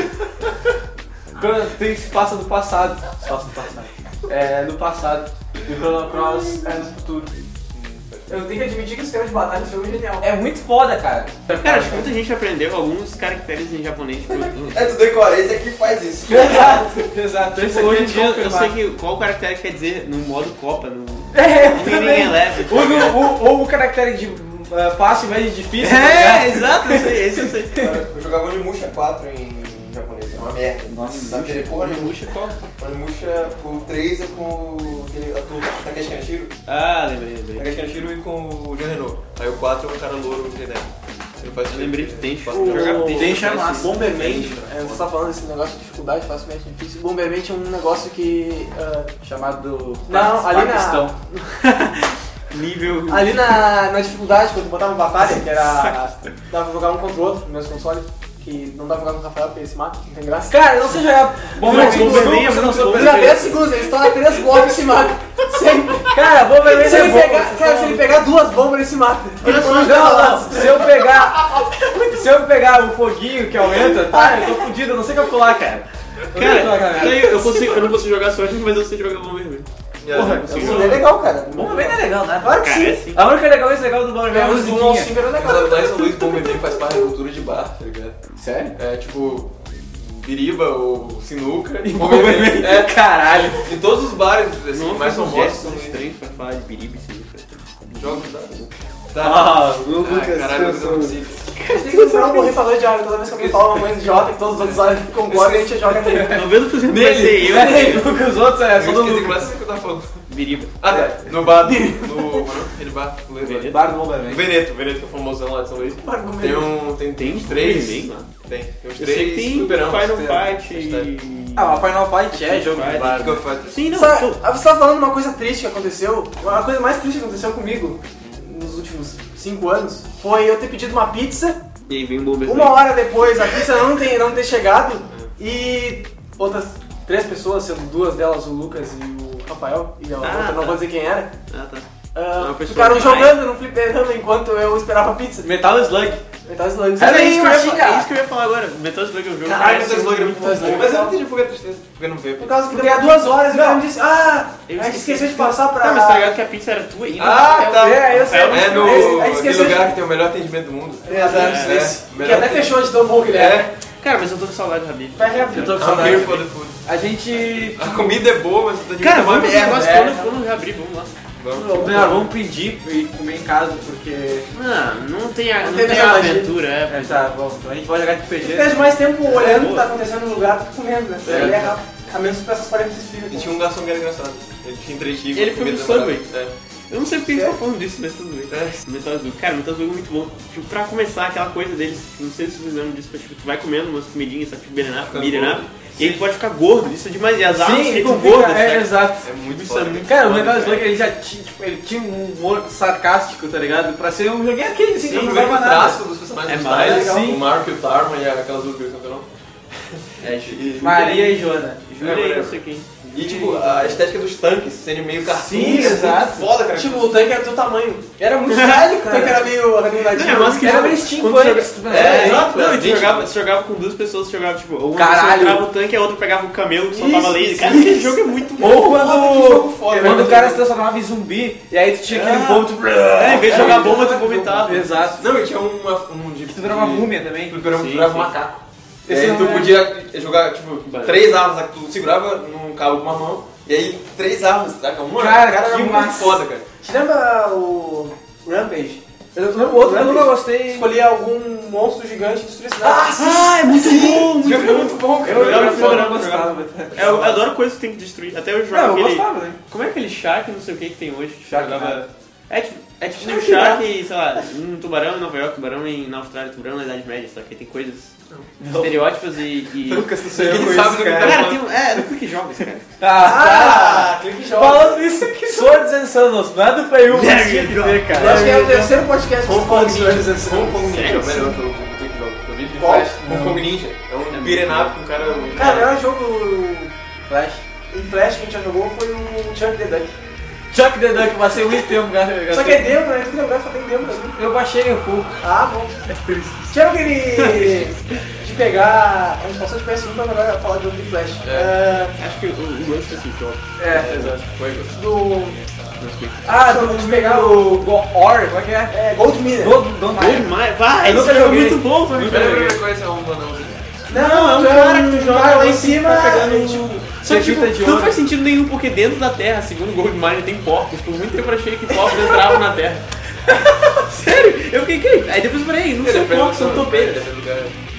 [SPEAKER 1] do céu, não! Chrono Trigger se passa no passado. Se passa no passado. É, no passado. E Chrono Cross é no futuro.
[SPEAKER 3] eu tenho que admitir que o sistema de batalha do jogo é genial. É
[SPEAKER 1] É muito foda, cara. tipo,
[SPEAKER 4] Cara, acho que muita gente aprendeu alguns caracteres em japonês. Tipo, eu-
[SPEAKER 8] É, tu decora, esse aqui faz isso.
[SPEAKER 1] Exato, exato.
[SPEAKER 4] tipo, hoje em dia eu sei que qual caractere quer dizer no modo Copa, no
[SPEAKER 1] É, eu
[SPEAKER 4] Winning
[SPEAKER 1] também.
[SPEAKER 4] Eleven.
[SPEAKER 1] Ou, no- ou- ou o caractere de eh, fácil, médio e difícil.
[SPEAKER 4] É, exato, esse, esse eu sei.
[SPEAKER 8] Eu jogava Onimusha 4 em japonês, é uma merda. Nossa, sabe aquele porra Onimusha? Onimusha com o 3 é com o aquele ator Takeshi Kanshiro.
[SPEAKER 4] Ah, lembrei, lembrei.
[SPEAKER 8] Takeshi Kanshiro e com o Jean Renault. Aí o 4 é um cara louro genérico. Você não faz
[SPEAKER 4] Eu lembrei de Tenchu.
[SPEAKER 8] Posso jogar?
[SPEAKER 4] Jogava Tenchu,
[SPEAKER 1] Tenchu é
[SPEAKER 4] parece-
[SPEAKER 1] massa.
[SPEAKER 3] Bomberman, é, você tá falando desse negócio de dificuldade, facilmente difícil. Bomberman tinha um negócio que. ah,
[SPEAKER 1] Chamado
[SPEAKER 3] Não, ali na-
[SPEAKER 1] Paquistão.
[SPEAKER 4] Nível...
[SPEAKER 1] Ah,
[SPEAKER 3] ali na, na dificuldade, quando botava batalha, que era. dava pra jogar um contra o outro nos meus consoles, que não dá pra jogar com o Rafael porque ele se mata, não tem graça.
[SPEAKER 1] Cara, eu não sei jogar Bomberman.
[SPEAKER 4] Não, Bomberman é
[SPEAKER 1] você tipo, não
[SPEAKER 4] muito
[SPEAKER 1] soube
[SPEAKER 4] bom.
[SPEAKER 3] Na
[SPEAKER 1] perceber.
[SPEAKER 3] 10 segundos, eles estão na 3 bombas e se matam. Sempre.
[SPEAKER 1] Cara, Bomberman
[SPEAKER 3] Se
[SPEAKER 1] é
[SPEAKER 3] ele
[SPEAKER 1] bom.
[SPEAKER 3] pegar, cara, se ele pegar duas bombas, ele se mata. Ele
[SPEAKER 1] Não, não, se eu pegar. Se eu pegar o foguinho que aumenta, tá? Eu tô fudido, eu não sei calcular, cara.
[SPEAKER 4] Cara, tá aí, eu, consigo, eu não consigo jogar Sword, mas eu sei jogar Bomberman.
[SPEAKER 1] Porra,
[SPEAKER 8] Porra,
[SPEAKER 1] eu
[SPEAKER 3] Isso é legal, cara.
[SPEAKER 1] Bomberman é legal, né?
[SPEAKER 3] Claro que
[SPEAKER 4] Cara, é
[SPEAKER 3] sim.
[SPEAKER 4] assim.
[SPEAKER 1] A única legal e legal do Bomberman é a
[SPEAKER 3] Os 1 ao
[SPEAKER 1] musiquinha.
[SPEAKER 3] 5 um era legal.
[SPEAKER 8] Os atuais são Luiz Bomberman faz parte da cultura de bar, tá ligado?
[SPEAKER 1] Sério?
[SPEAKER 8] É tipo. Biriba ou sinuca.
[SPEAKER 1] E Bomberman?
[SPEAKER 8] É,
[SPEAKER 1] Caralho.
[SPEAKER 8] em todos os bares assim,
[SPEAKER 4] Não
[SPEAKER 8] mais
[SPEAKER 4] faz um
[SPEAKER 8] famosos
[SPEAKER 4] gesto
[SPEAKER 8] são
[SPEAKER 4] estranho pra falar de biribe, sim.
[SPEAKER 8] jogos da. Tá.
[SPEAKER 1] Ah, o
[SPEAKER 8] Ah,
[SPEAKER 1] Lucas.
[SPEAKER 8] caralho, eu não consigo.
[SPEAKER 3] Tem que lembrar um borrifador de água. Toda vez que alguém fala uma mãe idiota, que todos os outros olham e concordam, a gente joga nele.
[SPEAKER 4] Talvez eu fizesse vai ser
[SPEAKER 1] Nele,
[SPEAKER 4] eu,
[SPEAKER 1] né? Lucas, os outros é
[SPEAKER 8] Eu
[SPEAKER 1] só do
[SPEAKER 8] esqueci
[SPEAKER 1] Lucas.
[SPEAKER 8] quase que eu tava falando.
[SPEAKER 4] Biriba.
[SPEAKER 8] Ah, tá. No bar. No. é Aquele bar. Veneto.
[SPEAKER 1] Bar do Bomberman.
[SPEAKER 8] Veneto, Veneto que é famosão lá de São Luís. Tem um. Tem, tem uns três.
[SPEAKER 4] Bomberman lá?
[SPEAKER 8] Tem. Tem uns
[SPEAKER 4] Eu sei
[SPEAKER 8] três.
[SPEAKER 4] que tem
[SPEAKER 8] fliperamas,
[SPEAKER 4] Final
[SPEAKER 8] tem-
[SPEAKER 4] Fight
[SPEAKER 8] tem-
[SPEAKER 4] e...
[SPEAKER 1] Ah, mas Final Fight é jogo de
[SPEAKER 4] Fight.
[SPEAKER 1] bar.
[SPEAKER 8] Bar. né? King of Fighters.
[SPEAKER 4] Sim, não,
[SPEAKER 3] Sabe,
[SPEAKER 4] pô.
[SPEAKER 3] você tá falando uma coisa triste que aconteceu. A coisa mais triste que aconteceu comigo nos últimos 5 anos foi eu ter pedido uma pizza.
[SPEAKER 4] E aí vem o Bomberman.
[SPEAKER 3] Uma hora depois a pizza não ter, não ter chegado e outras três pessoas, sendo duas delas o Lucas e o Rafael, e a
[SPEAKER 4] Ah,
[SPEAKER 3] outra não
[SPEAKER 4] tá.
[SPEAKER 3] vou dizer quem era,
[SPEAKER 4] Ah, tá.
[SPEAKER 3] ah,
[SPEAKER 4] Uma pessoa
[SPEAKER 3] ficaram
[SPEAKER 4] demais.
[SPEAKER 3] jogando no fliperama enquanto eu esperava a pizza.
[SPEAKER 1] Metal Slug.
[SPEAKER 3] Metal Slug. Vocês
[SPEAKER 4] Era
[SPEAKER 3] veem
[SPEAKER 4] isso que, eu
[SPEAKER 3] uma
[SPEAKER 4] ia falar,
[SPEAKER 3] xinga.
[SPEAKER 4] é isso que eu ia falar agora. Metal Slug é um jogo
[SPEAKER 8] Caralho,
[SPEAKER 4] que
[SPEAKER 8] Metal Slug é muito
[SPEAKER 1] Metal Slug.
[SPEAKER 8] bom. Mas eu não entendi por que a tristeza, porque não veio.
[SPEAKER 3] Por causa que demorou duas horas e o cara me disse, ah,
[SPEAKER 4] assim,
[SPEAKER 3] a gente esqueceu de passar pra...
[SPEAKER 4] Tá, mas tá ligado que a pizza era tua ainda?
[SPEAKER 8] Ah, tá.
[SPEAKER 3] É, eu sei.
[SPEAKER 8] É no
[SPEAKER 3] Esse- aí
[SPEAKER 8] aquele
[SPEAKER 3] esqueceu
[SPEAKER 8] lugar que tem o melhor atendimento do mundo.
[SPEAKER 3] É, exato,
[SPEAKER 8] É,
[SPEAKER 3] esse.
[SPEAKER 8] é,
[SPEAKER 3] Que
[SPEAKER 8] melhor
[SPEAKER 3] até
[SPEAKER 8] atendimento.
[SPEAKER 3] fechou de tão bom que ele era.
[SPEAKER 8] É,
[SPEAKER 4] Cara, mas eu tô com saudade, Rabib.
[SPEAKER 3] Vai reabrir.
[SPEAKER 1] Ah, Eu tô com
[SPEAKER 8] I'm
[SPEAKER 1] saudade.
[SPEAKER 8] here for the food.
[SPEAKER 1] A gente.
[SPEAKER 8] A comida é boa, mas você tá de
[SPEAKER 4] Cara,
[SPEAKER 8] uma
[SPEAKER 4] vamos fazer um negócio
[SPEAKER 1] é.
[SPEAKER 4] quando, quando reabrir, vamos lá.
[SPEAKER 1] Melhor, vamos pedir e comer em casa, porque.
[SPEAKER 4] Não, não tem, a, não
[SPEAKER 3] tem
[SPEAKER 4] tem, a
[SPEAKER 3] nada,
[SPEAKER 4] aventura, é.
[SPEAKER 1] É, tá bom. Então a gente vai jogar de
[SPEAKER 3] Tu
[SPEAKER 1] PG.
[SPEAKER 3] perde mais tempo
[SPEAKER 1] É.
[SPEAKER 3] olhando o que tá acontecendo no lugar do que comendo, né? Ele é rápido. A menos pra essas paredes que vocês
[SPEAKER 8] E
[SPEAKER 3] ficam.
[SPEAKER 8] tinha um garçom que era engraçado. Ele tinha entretido.
[SPEAKER 4] Ele foi no Subway.
[SPEAKER 8] É.
[SPEAKER 4] Eu não sei porque a gente tá falando disso, mas tudo bem. Metal Slug, cara, Metal Slug é muito bom. Tipo, pra começar aquela coisa deles, não sei se vocês lembram disso, mas tipo, tu vai comendo umas comidinhas, sabe, tipo, berenar,
[SPEAKER 8] Fica
[SPEAKER 4] berenar,
[SPEAKER 8] gordo.
[SPEAKER 4] e aí tu pode ficar gordo, isso é demais, e as armas
[SPEAKER 1] Sim,
[SPEAKER 4] ficam
[SPEAKER 1] tu
[SPEAKER 4] gordas,
[SPEAKER 1] fica, é,
[SPEAKER 4] cara.
[SPEAKER 1] exato.
[SPEAKER 8] É muito
[SPEAKER 4] Isso
[SPEAKER 8] foda.
[SPEAKER 4] é muito
[SPEAKER 1] Cara, o
[SPEAKER 4] foda,
[SPEAKER 1] Metal Slug ele já tinha, tipo, ele tinha um humor sarcástico, tá ligado? Pra ser um joguinho aquele, assim, que
[SPEAKER 8] Eu
[SPEAKER 1] não
[SPEAKER 8] aproveito
[SPEAKER 1] jogava
[SPEAKER 8] o
[SPEAKER 1] nada.
[SPEAKER 8] traço dos personagens
[SPEAKER 4] É
[SPEAKER 8] dos
[SPEAKER 4] mais
[SPEAKER 8] Tais,
[SPEAKER 1] legal.
[SPEAKER 8] o Mark e o Tarman e aquelas duas que campeão.
[SPEAKER 4] É, ju-
[SPEAKER 1] Maria e Jona.
[SPEAKER 4] jura aí, não sei quem.
[SPEAKER 8] É, E tipo, a estética dos tanques serem meio cartoon. tipo,
[SPEAKER 1] Sim, exato.
[SPEAKER 8] Foda, cara.
[SPEAKER 3] Tipo, o tanque era do teu tamanho. Era muito velho, cara. O tanque Então, era meio um arredondadinho.
[SPEAKER 4] Não, mas que
[SPEAKER 1] Era
[SPEAKER 4] jogo-
[SPEAKER 1] meio
[SPEAKER 4] quando
[SPEAKER 1] steampunk.
[SPEAKER 4] joga-
[SPEAKER 1] né?
[SPEAKER 8] É,
[SPEAKER 4] É,
[SPEAKER 8] exato,
[SPEAKER 4] Não,
[SPEAKER 8] é,
[SPEAKER 4] e tu
[SPEAKER 8] gente.
[SPEAKER 4] jogava, tu jogava com duas pessoas, tu jogava, tipo, uma
[SPEAKER 1] Caralho.
[SPEAKER 4] pessoa pegava o tanque, a outra pegava o camelo, soltava
[SPEAKER 1] Isso,
[SPEAKER 4] laser. Cara, aquele jogo é muito bom.
[SPEAKER 1] Ou
[SPEAKER 8] Foda, que jogo
[SPEAKER 1] quando,
[SPEAKER 8] foda,
[SPEAKER 1] quando
[SPEAKER 8] né?
[SPEAKER 1] o cara se transformava em zumbi, e aí tu tinha aquele bolo tu...
[SPEAKER 4] É, em vez de
[SPEAKER 1] É,
[SPEAKER 4] jogar bomba, tu vomitava.
[SPEAKER 1] Exato.
[SPEAKER 8] Não, e tinha uma, um de.
[SPEAKER 1] Tu era uma
[SPEAKER 8] de-
[SPEAKER 1] múmia também.
[SPEAKER 8] Fliperama que
[SPEAKER 4] Sim,
[SPEAKER 8] tu virava
[SPEAKER 4] sim.
[SPEAKER 8] um macaco. E
[SPEAKER 1] Esse
[SPEAKER 8] aí tu
[SPEAKER 1] não é-
[SPEAKER 8] podia jogar, tipo,
[SPEAKER 4] Baleia.
[SPEAKER 8] três armas, que tu segurava num cabo com uma mão, e aí três armas, saca? Uma
[SPEAKER 1] Cara,
[SPEAKER 8] cara era
[SPEAKER 1] que
[SPEAKER 8] muito
[SPEAKER 1] massa.
[SPEAKER 8] foda, cara.
[SPEAKER 3] Te lembra o Rampage?
[SPEAKER 1] Eu lembro outro que eu nunca gostei.
[SPEAKER 3] Escolher algum monstro gigante e destruir a cidade.
[SPEAKER 4] Ah, é muito bom,
[SPEAKER 8] O jogo é muito bom, cara.
[SPEAKER 1] Eu, eu,
[SPEAKER 4] Melhor
[SPEAKER 1] eu,
[SPEAKER 4] fliperama
[SPEAKER 1] não gostava.
[SPEAKER 4] É, Eu, eu adoro coisas que tem que destruir. Até eu jogava
[SPEAKER 1] Não, eu
[SPEAKER 4] aquele.
[SPEAKER 1] gostava, né?
[SPEAKER 4] Como é aquele Shark, não sei o que que tem hoje? que
[SPEAKER 1] Shark
[SPEAKER 4] jogava-
[SPEAKER 1] Nada.
[SPEAKER 4] É tipo, é tipo um Shark, sei lá, um tubarão em Nova York, tubarão em, na Austrália, tubarão na Idade Média, só que tem coisas estereótipos e. e-
[SPEAKER 8] Ninguém sabe do que tá
[SPEAKER 4] Cara,
[SPEAKER 8] falando.
[SPEAKER 4] tem um. É, no Quick Jogos, cara.
[SPEAKER 1] Ah,
[SPEAKER 3] clique
[SPEAKER 1] tá. Falando isso aqui, Swords and Sandals, nada um pra eu tinha que ter,
[SPEAKER 3] Eu acho
[SPEAKER 1] cara.
[SPEAKER 3] que é o terceiro podcast que
[SPEAKER 8] Hong
[SPEAKER 3] você
[SPEAKER 8] Kong
[SPEAKER 3] fala de Swords
[SPEAKER 8] Ninja.
[SPEAKER 3] and Swords.
[SPEAKER 8] Hong Kong Ninja é o melhor jogo que eu tenho que jogar. Eu vi de Flash. Hong Kong Ninja. É um pirenado com o cara.
[SPEAKER 3] Cara, o melhor jogo
[SPEAKER 1] Flash.
[SPEAKER 3] em Flash que a gente já jogou foi o Chuck the Duck.
[SPEAKER 1] Chuck the Duck, passei muito tempo, cara.
[SPEAKER 3] Só que é demo, né? Tem que lembrar, só tem demo também.
[SPEAKER 1] Eu baixei o full.
[SPEAKER 3] Ah, bom. Tinha aquele de pegar a gente passou de PS1 pra jogar, falar de jogo de Flash. É,
[SPEAKER 4] Acho que o, o lance desse jogo.
[SPEAKER 1] É,
[SPEAKER 3] do...
[SPEAKER 1] Ah, do de pegar o Go Or, como é que é?
[SPEAKER 3] É, Gold Miner.
[SPEAKER 1] Go, don't
[SPEAKER 4] Bom demais, vai!
[SPEAKER 1] Eu
[SPEAKER 4] Esse
[SPEAKER 1] nunca
[SPEAKER 4] jogo é
[SPEAKER 1] joguei.
[SPEAKER 4] muito bom, sabe?
[SPEAKER 8] Primeira primeira coisa é um banãozinho.
[SPEAKER 3] Não, não, é um cara que tu joga lá em cima e, tipo,
[SPEAKER 4] Só que tipo,
[SPEAKER 1] Fita de
[SPEAKER 4] não
[SPEAKER 1] ouro.
[SPEAKER 4] faz sentido nenhum, porque dentro da Terra, segundo o Goldmine, tem porcos. Por muito tempo eu achei que porcos entravam na Terra. Sério? Eu fiquei, que? Aí depois eu falei, não são porcos, são topeiros.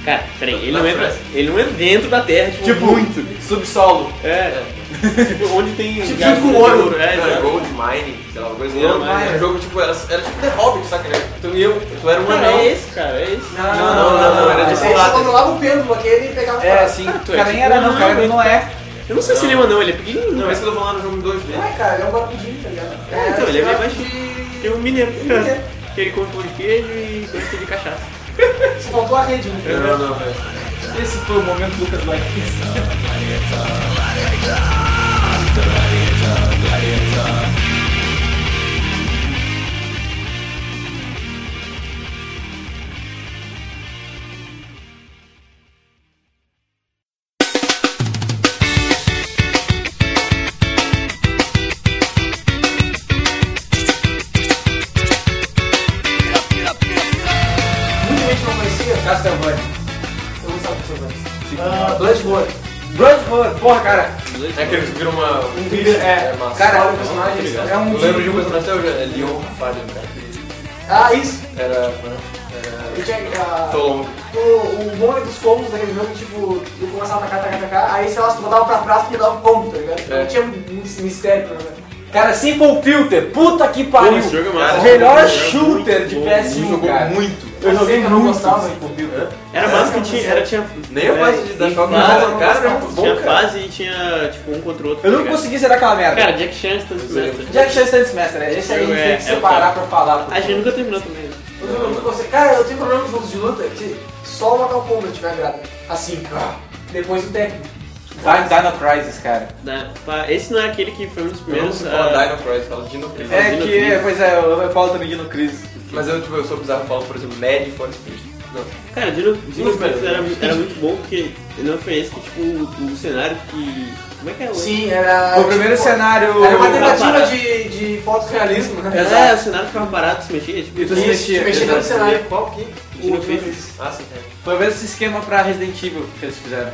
[SPEAKER 4] Cara, peraí, ele não,
[SPEAKER 8] Na
[SPEAKER 4] entra,
[SPEAKER 8] França.
[SPEAKER 4] ele não entra dentro da terra, tipo,
[SPEAKER 1] Tipo,
[SPEAKER 4] muito.
[SPEAKER 1] Subsolo.
[SPEAKER 4] É. tipo, onde tem.
[SPEAKER 3] Tipo,
[SPEAKER 4] gás
[SPEAKER 3] junto com
[SPEAKER 4] de
[SPEAKER 3] o ouro.
[SPEAKER 4] É,
[SPEAKER 8] Era
[SPEAKER 4] exato.
[SPEAKER 8] Gold Mine, sei lá, uma coisa assim.
[SPEAKER 4] Gold
[SPEAKER 8] Era um-
[SPEAKER 4] Mine.
[SPEAKER 8] Era um jogo tipo, era, era tipo The Hobbit, saca? Né? Tu e eu, tu era um
[SPEAKER 4] Cara,
[SPEAKER 8] anel.
[SPEAKER 4] é esse, cara, é esse.
[SPEAKER 3] Não,
[SPEAKER 8] não, não, não, era de
[SPEAKER 3] Aí
[SPEAKER 8] celular.
[SPEAKER 3] Você controlava é, o pêndulo aquele e pegava o
[SPEAKER 1] É,
[SPEAKER 3] cara.
[SPEAKER 1] assim,
[SPEAKER 4] Cara,
[SPEAKER 1] o
[SPEAKER 4] tu é
[SPEAKER 1] cara nem
[SPEAKER 4] tipo,
[SPEAKER 1] era não,
[SPEAKER 4] não,
[SPEAKER 1] o cara não é.
[SPEAKER 4] Eu não sei se ele é um anão, ele é pequenininho.
[SPEAKER 8] Não,
[SPEAKER 4] né?
[SPEAKER 8] mas que eu tô falando no jogo 2D.
[SPEAKER 3] Não é, cara, ele é um barbudinho, tá ligado?
[SPEAKER 4] É, então, ele é bem
[SPEAKER 3] acho
[SPEAKER 4] baixinho.
[SPEAKER 3] que-
[SPEAKER 4] Tem um mineiro.
[SPEAKER 3] mineiro.
[SPEAKER 4] que ele come pão de queijo e gosta de cachaça.
[SPEAKER 3] Só faltou a rede, né?
[SPEAKER 8] Não, não, velho.
[SPEAKER 1] Esse foi o momento do Lucas Black.
[SPEAKER 3] Muita gente não conhecia.
[SPEAKER 1] Castlevania.
[SPEAKER 3] Eu não sabia o que você conhece. Bloodborne.
[SPEAKER 1] Bloodborne, porra, cara.
[SPEAKER 8] É que eles viram uma.
[SPEAKER 3] Um vídeo,
[SPEAKER 8] É,
[SPEAKER 3] é.
[SPEAKER 8] massa.
[SPEAKER 1] Cara,
[SPEAKER 3] o personagem.
[SPEAKER 1] é um
[SPEAKER 8] Eu lembro de um personagem até hoje, é Leon Faden, cara. que
[SPEAKER 3] Ah, isso.
[SPEAKER 8] Era. né, Era.
[SPEAKER 3] Eu tinha, ah,
[SPEAKER 8] Tô longo.
[SPEAKER 3] o, o bom é dos combos daquele jogo, tipo, tu começava a atacar, atacar, atacar, aí, sei lá, se tu botava pra trás, tu mudava o combo, tá ligado?
[SPEAKER 8] É.
[SPEAKER 3] Não tinha muito esse mistério pra mim.
[SPEAKER 1] Cara, Simple Filter, puta que
[SPEAKER 4] Pô,
[SPEAKER 1] pariu.
[SPEAKER 4] esse jogo é massa.
[SPEAKER 1] O melhor
[SPEAKER 4] Esse jogo é muito
[SPEAKER 1] shooter de
[SPEAKER 4] bom. é
[SPEAKER 8] Ele
[SPEAKER 1] PS1,
[SPEAKER 8] jogou
[SPEAKER 1] cara.
[SPEAKER 8] muito.
[SPEAKER 1] Eu joguei
[SPEAKER 3] assim, Eu não
[SPEAKER 1] muito
[SPEAKER 3] gostava.
[SPEAKER 1] Simple Filter.
[SPEAKER 4] Era massa que tinha. Era, tinha
[SPEAKER 8] Nem a
[SPEAKER 4] É,
[SPEAKER 8] fase de dar
[SPEAKER 4] sim,
[SPEAKER 8] choque no
[SPEAKER 4] mas-
[SPEAKER 8] cara, cara, era muito bom,
[SPEAKER 4] tinha
[SPEAKER 8] cara.
[SPEAKER 4] fase e tinha, tipo, um contra o outro.
[SPEAKER 1] Eu
[SPEAKER 4] tá
[SPEAKER 1] não
[SPEAKER 4] ligado?
[SPEAKER 1] consegui zerar aquela
[SPEAKER 4] Cara,
[SPEAKER 1] merda.
[SPEAKER 4] Jack Chan, tá Stance
[SPEAKER 8] Pois é.
[SPEAKER 4] Master.
[SPEAKER 1] Jack Chan Dance Master, é esse aí a gente
[SPEAKER 4] É,
[SPEAKER 1] tem que
[SPEAKER 4] é o
[SPEAKER 1] separar
[SPEAKER 4] cara.
[SPEAKER 1] pra falar.
[SPEAKER 4] A gente nunca terminou também. né?
[SPEAKER 3] Eu não lembro você- Cara, eu tenho problema com jogos de luta que só matar o combo eu tiver grado. Assim, pá. depois do técnico.
[SPEAKER 1] Vai Dino Crisis, cara.
[SPEAKER 4] Da- pá, Esse não é aquele que foi um dos
[SPEAKER 8] Eu não
[SPEAKER 4] primeiros.
[SPEAKER 8] sei
[SPEAKER 4] ah,
[SPEAKER 8] falar Dino Crisis, falo Dino Crisis.
[SPEAKER 1] É
[SPEAKER 4] Dino
[SPEAKER 1] que,
[SPEAKER 4] Crisis.
[SPEAKER 1] pois é, eu, eu falo também Dino Crisis.
[SPEAKER 8] Mas eu, tipo, eu sou bizarro, eu falo, por exemplo, Ned for Speed.
[SPEAKER 4] Cara, Dino, Dino
[SPEAKER 9] Muito
[SPEAKER 4] Crisis
[SPEAKER 9] melhor.
[SPEAKER 4] era, era muito bom porque ele é uma referência que, tipo, o, o cenário que. Como é que é o.
[SPEAKER 3] Sim, era. tipo,
[SPEAKER 1] O primeiro cenário.
[SPEAKER 3] Ah, Era uma tentativa de, de fotorrealismo, né?
[SPEAKER 4] É, o cenário ficava parado, se mexia, tipo.
[SPEAKER 1] E tu se
[SPEAKER 3] Isso,
[SPEAKER 1] mexia.
[SPEAKER 3] mexia no
[SPEAKER 1] exato.
[SPEAKER 3] cenário. Qual que?
[SPEAKER 4] Dino Crisis.
[SPEAKER 8] Ah, sim, cara.
[SPEAKER 1] Foi o mesmo esquema pra Resident Evil que eles fizeram.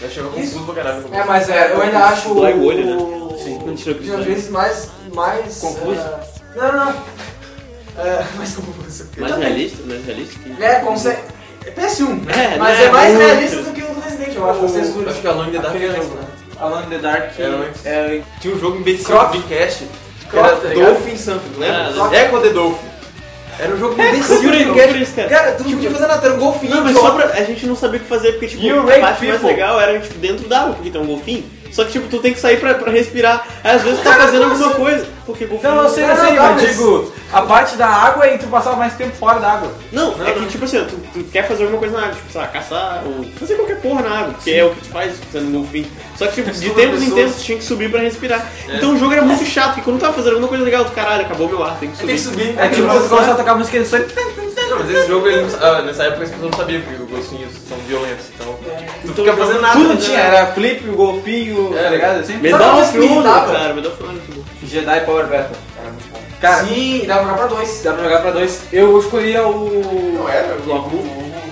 [SPEAKER 8] Já chegou confuso pra caralho. no
[SPEAKER 3] É,
[SPEAKER 8] começo.
[SPEAKER 3] mas é, eu ainda acho o.
[SPEAKER 4] Dói o olho, né?
[SPEAKER 3] o-
[SPEAKER 4] Sim.
[SPEAKER 3] o
[SPEAKER 4] Não tira o
[SPEAKER 3] Dino
[SPEAKER 4] episódio.
[SPEAKER 3] Crisis mais. mais
[SPEAKER 4] Confuso?
[SPEAKER 3] eh, não, não, não. Eh, mais confuso.
[SPEAKER 4] Mais realista, mais realista. que-
[SPEAKER 3] É, consegue. É PS1.
[SPEAKER 4] É,
[SPEAKER 3] mas
[SPEAKER 4] né?
[SPEAKER 3] é mais
[SPEAKER 4] Muito.
[SPEAKER 3] realista do que o do Resident, eu acho. Vocês
[SPEAKER 8] Eu Acho que a Long the Dark
[SPEAKER 1] Aquele
[SPEAKER 8] era
[SPEAKER 1] jogo, né? Alone in the Dark
[SPEAKER 8] Era antes.
[SPEAKER 1] é,
[SPEAKER 8] Tinha um jogo em vez de ser
[SPEAKER 3] Croc.
[SPEAKER 8] um Dreamcast, que
[SPEAKER 3] Croc,
[SPEAKER 8] era
[SPEAKER 3] tá ligado?
[SPEAKER 8] Dolphin Something,
[SPEAKER 4] Ah,
[SPEAKER 8] lembra?
[SPEAKER 4] lembro.
[SPEAKER 8] Echo the Dolphin. Era um jogo
[SPEAKER 4] Procura
[SPEAKER 8] imbecil,
[SPEAKER 4] aí,
[SPEAKER 8] Dreamcast.
[SPEAKER 4] procura isso, cara.
[SPEAKER 8] Cara, tu não podia fazer nada, era um golfinho.
[SPEAKER 4] Não, mas
[SPEAKER 8] idiota.
[SPEAKER 4] só pra. A gente não sabia o que fazer, porque tipo,
[SPEAKER 1] You
[SPEAKER 4] a
[SPEAKER 1] rape
[SPEAKER 4] parte mais
[SPEAKER 1] people.
[SPEAKER 4] legal era tipo dentro da água, porque tem um golfinho. Só que tipo, tu tem que sair pra, pra respirar. Aí às vezes tu tá fazendo alguma coisa. Porque golfinho.
[SPEAKER 1] assim? Não, eu sei, eu
[SPEAKER 3] Não,
[SPEAKER 1] sei,
[SPEAKER 3] não,
[SPEAKER 1] mas
[SPEAKER 3] mas-
[SPEAKER 1] digo, a parte da água é em tu passar mais tempo fora da água.
[SPEAKER 4] Não, é que tipo assim, tu, tu quer fazer alguma coisa na água, tipo, sei lá, caçar ou fazer qualquer porra na água, que é o que tu faz sendo um golfinho. Só que tipo, de tempos em tempos tu tinha que subir pra respirar. Então o jogo era muito chato, porque quando tu tava fazendo alguma coisa legal, tu caralho, acabou meu ar, tem que subir.
[SPEAKER 8] Tem que subir.
[SPEAKER 1] É tipo, você começa a tocar música e só.
[SPEAKER 8] um Não, mas esse jogo, ele não- ah, nessa época as pessoas não sabiam porque os golfinhos são violentos, então...
[SPEAKER 3] É.
[SPEAKER 8] Tu fica fazendo nada.
[SPEAKER 1] Tudo
[SPEAKER 8] né?
[SPEAKER 1] tinha, era flip, o golpinho,
[SPEAKER 8] É,
[SPEAKER 1] tá ligado? Assim,
[SPEAKER 4] Medal
[SPEAKER 3] Sabe como
[SPEAKER 4] of
[SPEAKER 3] se
[SPEAKER 4] Honor,
[SPEAKER 3] limitava?
[SPEAKER 4] cara, Medal of Honor, tipo.
[SPEAKER 1] Jedi Power Battle.
[SPEAKER 3] Cara,
[SPEAKER 1] Cara,
[SPEAKER 3] Sim, dá pra jogar pra dois.
[SPEAKER 1] dá pra jogar pra dois. Eu escolhia o.
[SPEAKER 9] Não era, o
[SPEAKER 4] Logo.
[SPEAKER 9] Abu.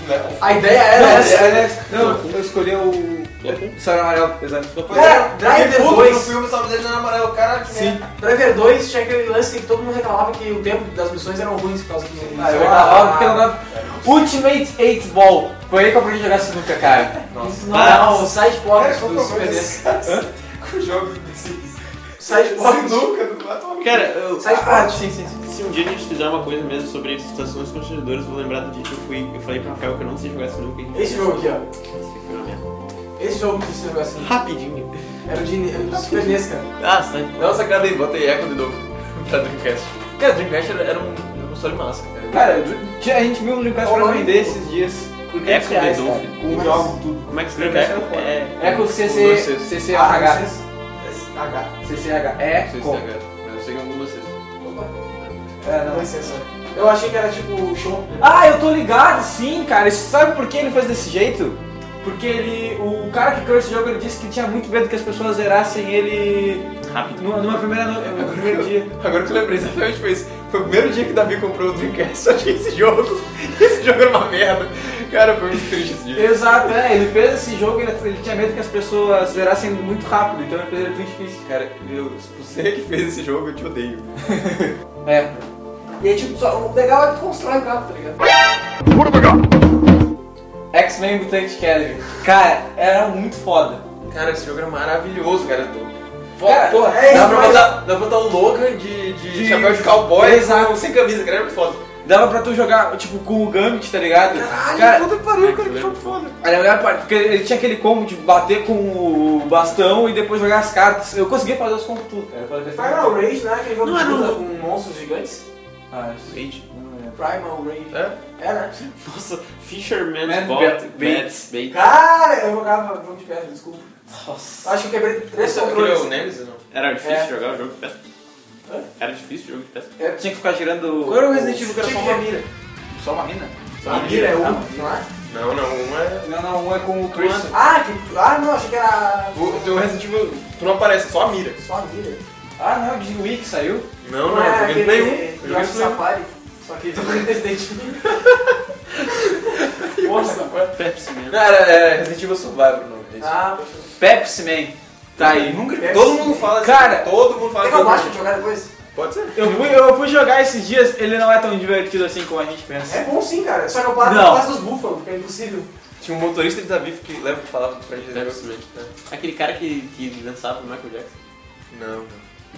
[SPEAKER 9] né?
[SPEAKER 3] A ideia era
[SPEAKER 1] Não,
[SPEAKER 3] essa.
[SPEAKER 1] é- é- não, eu escolhia o.
[SPEAKER 4] Goku?
[SPEAKER 1] Senhora Amarelo, exato.
[SPEAKER 3] Cara, Driver
[SPEAKER 9] Puto, no
[SPEAKER 3] 2.
[SPEAKER 9] filme só dele era amarelo, caralho, que merda.
[SPEAKER 3] Driver 2 tinha aquele lance que todo mundo reclamava que o tempo das missões eram ruins por causa do.
[SPEAKER 1] Ah, eu reclamava porque eu não dava. Ultimate 8 Ball. Foi aí que eu aprendi a jogar sinuca, cara.
[SPEAKER 3] Não, o side
[SPEAKER 9] Cara,
[SPEAKER 1] ah,
[SPEAKER 3] portas
[SPEAKER 9] qual
[SPEAKER 3] do
[SPEAKER 9] que é o
[SPEAKER 3] Super
[SPEAKER 9] problema
[SPEAKER 3] NES.
[SPEAKER 9] desse cara? Com o jogo de sinuca,
[SPEAKER 3] Side portas.
[SPEAKER 9] não vai tomar
[SPEAKER 4] Cara, eu,
[SPEAKER 9] Ah,
[SPEAKER 3] Side portas. Sim, sim, sim.
[SPEAKER 4] Se um dia a gente fizer uma coisa mesmo sobre situações constrangedoras, eu vou lembrar do dia que eu fui. Eu falei pro Rafael que eu não sei jogar sinuca. e a gente
[SPEAKER 3] Esse
[SPEAKER 4] fez
[SPEAKER 3] jogo aqui, ó.
[SPEAKER 4] esse filme na minha-
[SPEAKER 3] Esse jogo que você jogou assim.
[SPEAKER 4] Rapidinho.
[SPEAKER 3] Era o de,
[SPEAKER 9] Tá
[SPEAKER 3] era do Super NES, cara.
[SPEAKER 4] Ah, sai.
[SPEAKER 8] Não, sacada aí, botei Echo de novo pra Dreamcast. Cara, Dreamcast era, era um era um console massa, cara.
[SPEAKER 1] Cara, eu- tinha- a gente viu um Dreamcast pra vender esses dias. Por 500
[SPEAKER 4] Echo the
[SPEAKER 1] reais, cara.
[SPEAKER 4] Dolphin.
[SPEAKER 1] Com o jogo, tudo.
[SPEAKER 4] Como é que escreve?
[SPEAKER 1] Dreamcast era
[SPEAKER 4] Echo?
[SPEAKER 1] foda.
[SPEAKER 4] É.
[SPEAKER 1] Echo
[SPEAKER 8] dois
[SPEAKER 1] CC,
[SPEAKER 8] Cs.
[SPEAKER 3] Ah,
[SPEAKER 1] CCH.
[SPEAKER 3] Esse é H.
[SPEAKER 1] Ah, CCH.
[SPEAKER 8] Não sei se
[SPEAKER 1] Echo.
[SPEAKER 8] tem, cara. Mas eu sei que é um de vocês.
[SPEAKER 1] É,
[SPEAKER 3] Não,
[SPEAKER 1] não.
[SPEAKER 3] licença. Eu achei que era tipo o show.
[SPEAKER 1] Ah, eu tô ligado, sim, cara. E Sabe por que ele fez desse jeito? Porque ele. O cara que criou esse jogo ele disse que tinha muito medo que as pessoas zerassem ele
[SPEAKER 4] Rápido.
[SPEAKER 1] numa, numa primeira no... no primeiro dia.
[SPEAKER 8] Agora que eu lembrei, exatamente foi isso. Foi o primeiro dia que o Davi comprou o Dreamcast, só tinha esse jogo. Esse jogo era uma merda. Cara, foi muito triste esse dia.
[SPEAKER 1] Exato, é, ele fez esse jogo e ele, ele tinha medo que as pessoas zerassem muito rápido, então ele fez ele muito difícil.
[SPEAKER 8] Cara, eu, você que fez esse jogo, eu te odeio.
[SPEAKER 1] É.
[SPEAKER 3] E aí, tipo, só, o legal é que tu constrói o carro, tá ligado?
[SPEAKER 1] X-Men Mutant Academy. Cara, era muito foda.
[SPEAKER 8] Cara, esse jogo era maravilhoso, cara. Tô...
[SPEAKER 1] Cara,
[SPEAKER 8] Porra,
[SPEAKER 3] é
[SPEAKER 8] dá,
[SPEAKER 3] isso,
[SPEAKER 8] pra
[SPEAKER 3] mas-
[SPEAKER 8] botar, dá pra botar o Logan de, de,
[SPEAKER 1] De-
[SPEAKER 8] chapéu de cowboy
[SPEAKER 1] Exato.
[SPEAKER 8] sem camisa, cara, era muito foda.
[SPEAKER 1] Dava pra tu jogar, tipo, com o Gambit, tá ligado? Caralho, cara,
[SPEAKER 8] Puta que pariu, cara, que jogo foda.
[SPEAKER 1] era a melhor parte, porque ele tinha aquele combo de bater com o bastão e depois jogar as cartas. Eu consegui fazer os combos tudo, cara. Eu fazia-
[SPEAKER 8] Ah,
[SPEAKER 3] Primal Rage, né? Aquele jogo
[SPEAKER 4] Não
[SPEAKER 3] de
[SPEAKER 4] era um-
[SPEAKER 3] luta com monstros gigantes.
[SPEAKER 1] Ah, isso aí,
[SPEAKER 4] Bait.
[SPEAKER 1] não lembro.
[SPEAKER 3] Primal Rage.
[SPEAKER 8] É?
[SPEAKER 3] É, né?
[SPEAKER 4] Nossa, Fisherman's
[SPEAKER 1] Man
[SPEAKER 4] Bot.
[SPEAKER 1] Bat-
[SPEAKER 4] Bates. Bates.
[SPEAKER 3] Cara, eu jogava jogo de pedra, desculpa.
[SPEAKER 1] Nossa.
[SPEAKER 3] Acho que eu quebrei três
[SPEAKER 8] Esse é aquele é o
[SPEAKER 3] controles.
[SPEAKER 8] Nemesis, não?
[SPEAKER 4] Era difícil
[SPEAKER 3] É.
[SPEAKER 4] jogar o jogo de pesca. Era difícil o jogo de pesca.
[SPEAKER 1] Tinha que ficar girando.
[SPEAKER 8] Qual era o Resident Evil que era só
[SPEAKER 3] Tinha
[SPEAKER 8] uma
[SPEAKER 3] que-
[SPEAKER 8] mira?
[SPEAKER 1] Só uma mina?
[SPEAKER 3] A mira é uma, não é?
[SPEAKER 8] Não, não, um é...
[SPEAKER 1] Não, não, um é com o Chris.
[SPEAKER 3] Ah, que, ah, não, achei que era
[SPEAKER 8] O teu Resident Evil, tu não aparece, só a mira.
[SPEAKER 3] só a mira.
[SPEAKER 1] Ah, não, de Wii que saiu.
[SPEAKER 8] Não,
[SPEAKER 3] Ah,
[SPEAKER 8] não, eu joguei no
[SPEAKER 3] um.
[SPEAKER 8] Play 1. Eu
[SPEAKER 3] Jogo
[SPEAKER 8] joguei no Play 1.
[SPEAKER 3] Safari, só que do Resident Evil.
[SPEAKER 1] Nossa.
[SPEAKER 4] Pepsi Man.
[SPEAKER 8] Não, era é, Resident Evil Survivor, não. É isso.
[SPEAKER 3] Ah,
[SPEAKER 1] Pepsi Man. Tá aí. Nunca
[SPEAKER 8] todo mundo fala assim,
[SPEAKER 1] Cara,
[SPEAKER 8] todo mundo fala
[SPEAKER 3] Tem
[SPEAKER 8] todo
[SPEAKER 3] é que baixo
[SPEAKER 8] mundo.
[SPEAKER 3] de jogar depois?
[SPEAKER 8] Pode ser.
[SPEAKER 1] Eu fui, eu fui jogar esses dias, ele não é tão divertido assim como a gente pensa.
[SPEAKER 3] É bom sim, cara. Só que eu paro
[SPEAKER 1] Não.
[SPEAKER 3] na dos búfalos, porque é impossível.
[SPEAKER 8] Tinha um motorista de Davi que leva que falava pra gente jogar esse jogo, né?
[SPEAKER 4] Aquele cara que, que dançava o Michael Jackson.
[SPEAKER 8] Não,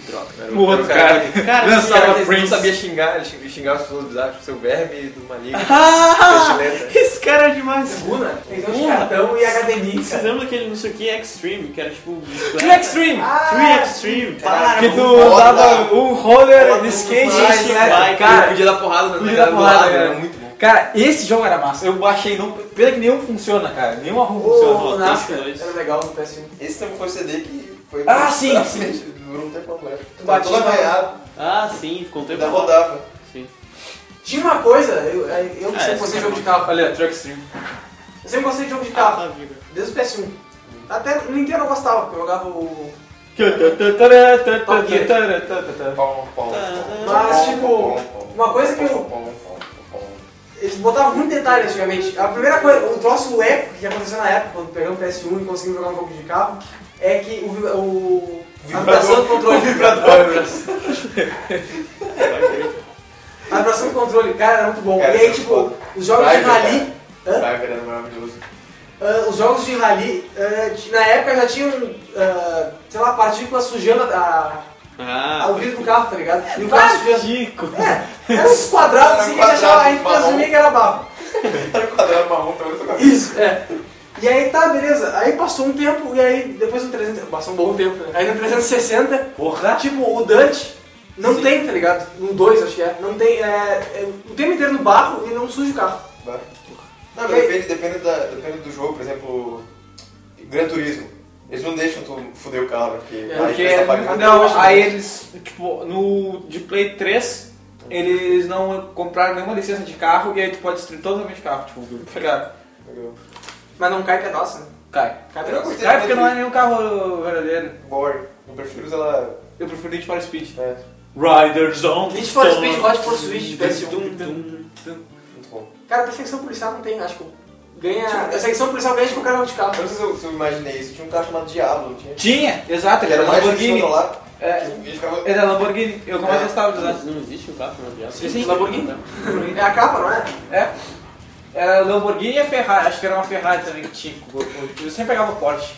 [SPEAKER 8] droga. Era
[SPEAKER 1] O outro cara.
[SPEAKER 8] que-
[SPEAKER 4] Cara,
[SPEAKER 8] Não,
[SPEAKER 1] Dançava
[SPEAKER 8] esse cara que não
[SPEAKER 1] Prince.
[SPEAKER 8] sabia xingar, ele xing- xingava as pessoas bizarras, tipo, seu verme do maligno,
[SPEAKER 4] Ah!
[SPEAKER 8] pestilenta.
[SPEAKER 4] Esse cara é demais.
[SPEAKER 3] Guna, tem dois de
[SPEAKER 4] Guna.
[SPEAKER 3] cartão e HDMI, cara.
[SPEAKER 4] Precisamos daquele não sei o que Extreme, que era tipo.
[SPEAKER 1] Too Extreme!
[SPEAKER 3] Ah,
[SPEAKER 4] Tree Extreme.
[SPEAKER 3] Cara,
[SPEAKER 4] Para,
[SPEAKER 1] que
[SPEAKER 4] mano.
[SPEAKER 1] tu
[SPEAKER 9] foda.
[SPEAKER 1] dava um roller de skate,
[SPEAKER 4] Vai,
[SPEAKER 1] né?
[SPEAKER 4] vai,
[SPEAKER 8] Ele
[SPEAKER 1] cara.
[SPEAKER 8] podia dar porrada na
[SPEAKER 1] Podia
[SPEAKER 8] galera
[SPEAKER 1] dar
[SPEAKER 8] do lado, né?
[SPEAKER 1] porrada, né?
[SPEAKER 8] era
[SPEAKER 1] cara.
[SPEAKER 8] é muito bom.
[SPEAKER 1] Cara, esse jogo era massa. Eu baixei, não. Pena que nenhum funciona, cara. Nenhum arrumo funciona.
[SPEAKER 3] o Nasca
[SPEAKER 4] dois.
[SPEAKER 3] era legal no PS1.
[SPEAKER 9] Esse também foi o CD que foi.
[SPEAKER 1] Ah, sim,
[SPEAKER 9] pra
[SPEAKER 1] sim.
[SPEAKER 9] frente, Durou um tempo completo.
[SPEAKER 3] Tu
[SPEAKER 9] Tava
[SPEAKER 3] batia
[SPEAKER 9] todo
[SPEAKER 3] na-
[SPEAKER 9] arranhado,
[SPEAKER 4] Ah, sim, ficou um tempo.
[SPEAKER 9] ainda rodava.
[SPEAKER 4] Sim.
[SPEAKER 3] Tinha uma coisa, eu, eu que
[SPEAKER 4] É,
[SPEAKER 3] sempre gostei
[SPEAKER 4] esse
[SPEAKER 3] de
[SPEAKER 4] cara
[SPEAKER 3] jogo de carro.
[SPEAKER 1] Olha, Truck Stream.
[SPEAKER 3] Eu sempre gostei de jogo de
[SPEAKER 4] Ah,
[SPEAKER 3] carro,
[SPEAKER 4] tá vivo.
[SPEAKER 3] desde o PS1. Até no Nintendo eu gostava, porque eu jogava o.
[SPEAKER 8] Pão, pão, pão.
[SPEAKER 3] Mas,
[SPEAKER 8] Pão,
[SPEAKER 3] tipo,
[SPEAKER 8] pão, pão,
[SPEAKER 3] uma coisa que eu-
[SPEAKER 8] pão, pão, pão, pão.
[SPEAKER 3] Eles botavam muito detalhe antigamente. A primeira coisa, o troço épico que aconteceu na época, quando pegamos o PS1 e conseguimos jogar um jogo de carro, é que o. vi- o a vibração do controle. A vibração do controle, cara, era muito bom.
[SPEAKER 8] Cara,
[SPEAKER 3] e aí,
[SPEAKER 8] isso é
[SPEAKER 3] tipo,
[SPEAKER 8] foda.
[SPEAKER 3] os jogos de
[SPEAKER 8] Driver,
[SPEAKER 3] rally. Hã?
[SPEAKER 8] Driver era maravilhoso.
[SPEAKER 3] Ah, os jogos de rally, ah, ti- na época já tinham, ah, sei lá, partículas sujando a, a,
[SPEAKER 4] Ah,
[SPEAKER 3] o vidro do carro, tá ligado? E o carro sujando.
[SPEAKER 4] Chico.
[SPEAKER 3] É, eram uns quadrados assim que a gente achava, a gente
[SPEAKER 8] Quadrado,
[SPEAKER 3] presumia que era barro.
[SPEAKER 8] Era um quadrado marrom, pelo menos eu cabelo.
[SPEAKER 3] Isso, é. E aí tá, beleza. Aí passou um tempo, e aí depois no 360, passou um bom tempo, né? Aí no 360,
[SPEAKER 1] Porra!
[SPEAKER 3] tipo, o Dante não tem, tá ligado? No 2, acho que é. Não tem, é, é, o tempo inteiro no barro e não suja o carro.
[SPEAKER 8] Não, mas depende, depende, da, depende do jogo, por exemplo, Gran Turismo. Eles não deixam tu fuder o carro, porque
[SPEAKER 3] É,
[SPEAKER 8] aí
[SPEAKER 1] Porque,
[SPEAKER 8] começa a pagar.
[SPEAKER 1] não, aí eles, tipo, no de Play 3, eles não compraram nenhuma licença de carro e aí tu pode destruir totalmente o carro, tipo, pegar,
[SPEAKER 8] Entendeu?
[SPEAKER 3] Mas não cai pedaço, né?
[SPEAKER 1] cai.
[SPEAKER 3] Cai
[SPEAKER 8] Eu
[SPEAKER 3] pedaço.
[SPEAKER 8] gostei
[SPEAKER 1] Cai
[SPEAKER 8] do
[SPEAKER 1] porque não é nenhum carro verdadeiro.
[SPEAKER 8] Boring. Eu prefiro usar ela.
[SPEAKER 1] Eu prefiro Need for Speed.
[SPEAKER 8] É,
[SPEAKER 4] Riders on
[SPEAKER 3] Need for Speed Hot Pursuit de PS1.
[SPEAKER 1] PS1.
[SPEAKER 8] muito bom.
[SPEAKER 3] Cara, perseguição policial não tem, acho que ganha... Perseguição policial ganha de qualquer jogo de
[SPEAKER 8] Eu
[SPEAKER 3] carro.
[SPEAKER 8] não sei se eu, se eu imaginei isso. Tinha um carro chamado Diablo, não tinha?
[SPEAKER 1] Tinha, exato,
[SPEAKER 8] Que
[SPEAKER 1] ele era
[SPEAKER 8] era mais difícil de
[SPEAKER 1] É, Lamborghini.
[SPEAKER 8] controlar.
[SPEAKER 1] É,
[SPEAKER 8] Ele ficava...
[SPEAKER 1] ele era Lamborghini, eu como
[SPEAKER 8] É.
[SPEAKER 1] eu gostava de usar.
[SPEAKER 4] Mas não existe um carro chamado Diabo?
[SPEAKER 1] Sim.
[SPEAKER 4] Lamborghini?
[SPEAKER 3] É a capa, não é?
[SPEAKER 1] É. Era Lamborghini e a Ferrari, acho que era uma Ferrari também que tinha. Eu sempre pegava o Porsche.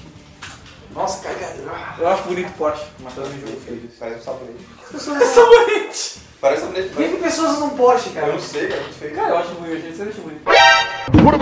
[SPEAKER 3] Nossa, cara, cara.
[SPEAKER 1] Eu acho bonito o Porsche, mas tá eu não jogo feliz.
[SPEAKER 8] Parece um sabonete.
[SPEAKER 1] Sabonete!
[SPEAKER 8] Parece um sabonete.
[SPEAKER 3] Por que
[SPEAKER 8] mas-
[SPEAKER 3] que pessoas usam Porsche,
[SPEAKER 8] Eu
[SPEAKER 3] cara?
[SPEAKER 8] não sei, cara, é muito feio.
[SPEAKER 1] Cara, eu acho bonito, gente, eu acho bonito.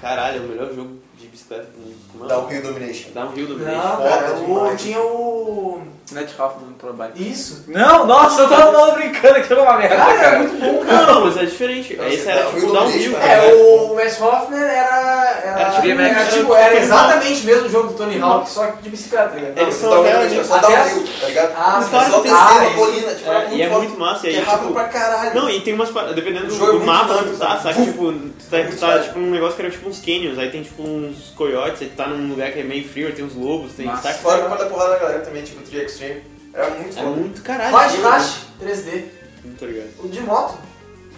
[SPEAKER 4] Caralho, é o melhor jogo de bicicleta do mundo. Mano,
[SPEAKER 8] Dá o Rio Domination.
[SPEAKER 4] Dá um rio do meio.
[SPEAKER 3] Não,
[SPEAKER 8] Foda
[SPEAKER 3] cara, o,
[SPEAKER 8] demais.
[SPEAKER 3] tinha o...
[SPEAKER 1] Net Ralph no trabalho.
[SPEAKER 3] Isso.
[SPEAKER 1] Não, nossa, eu tava falando brincando que era uma merda,
[SPEAKER 3] Cara, era
[SPEAKER 1] cara.
[SPEAKER 3] muito bom, cara.
[SPEAKER 4] Não, não, mas é diferente.
[SPEAKER 8] Não,
[SPEAKER 4] Esse
[SPEAKER 8] você
[SPEAKER 4] era
[SPEAKER 8] dá um
[SPEAKER 4] tipo
[SPEAKER 8] rio
[SPEAKER 4] dar um
[SPEAKER 8] do
[SPEAKER 4] rio.
[SPEAKER 8] meio,
[SPEAKER 4] cara.
[SPEAKER 3] É, o Wes Hoffman era...
[SPEAKER 1] Era
[SPEAKER 3] Era,
[SPEAKER 1] tipo-
[SPEAKER 3] era, tipo, Uhum. era exatamente o mesmo jogo do Tony Hawk, só que de bicicleta, tá ligado?
[SPEAKER 8] Não,
[SPEAKER 4] Eles
[SPEAKER 8] você
[SPEAKER 4] são
[SPEAKER 8] dá o
[SPEAKER 4] até
[SPEAKER 8] Rio
[SPEAKER 4] onde-
[SPEAKER 8] Domination, só dá
[SPEAKER 3] até
[SPEAKER 8] o Rio, tá ligado?
[SPEAKER 3] Ah,
[SPEAKER 4] Mas
[SPEAKER 3] sim.
[SPEAKER 4] fora
[SPEAKER 8] Só
[SPEAKER 4] que
[SPEAKER 8] descer
[SPEAKER 3] Ah,
[SPEAKER 8] a colina, tipo,
[SPEAKER 4] É, e é
[SPEAKER 8] foda.
[SPEAKER 4] muito massa. E
[SPEAKER 8] É
[SPEAKER 4] aí,
[SPEAKER 8] rápido
[SPEAKER 4] tipo,
[SPEAKER 8] pra caralho.
[SPEAKER 4] Não, e tem umas paradas, dependendo
[SPEAKER 8] O jogo é
[SPEAKER 4] do, do
[SPEAKER 8] muito
[SPEAKER 4] mapa onde tu
[SPEAKER 8] dinâmico,
[SPEAKER 4] tá,
[SPEAKER 8] sabe?
[SPEAKER 4] sabe? Tipo, tu tá,
[SPEAKER 8] Muito
[SPEAKER 4] tu tá
[SPEAKER 8] dinâmico.
[SPEAKER 4] tipo num negócio que era tipo uns canyons, aí tem tipo uns coiotes, aí tu tá num lugar que é meio frio, aí tem uns lobos, tem
[SPEAKER 1] Massa.
[SPEAKER 4] saca.
[SPEAKER 8] Fora que pode dar porrada na galera também, tipo, Tree Extreme. Era muito
[SPEAKER 4] É
[SPEAKER 8] foda.
[SPEAKER 4] muito caralho.
[SPEAKER 3] Flash
[SPEAKER 4] sim,
[SPEAKER 3] Flash 3D.
[SPEAKER 4] né? Não tô ligado,
[SPEAKER 3] O de moto,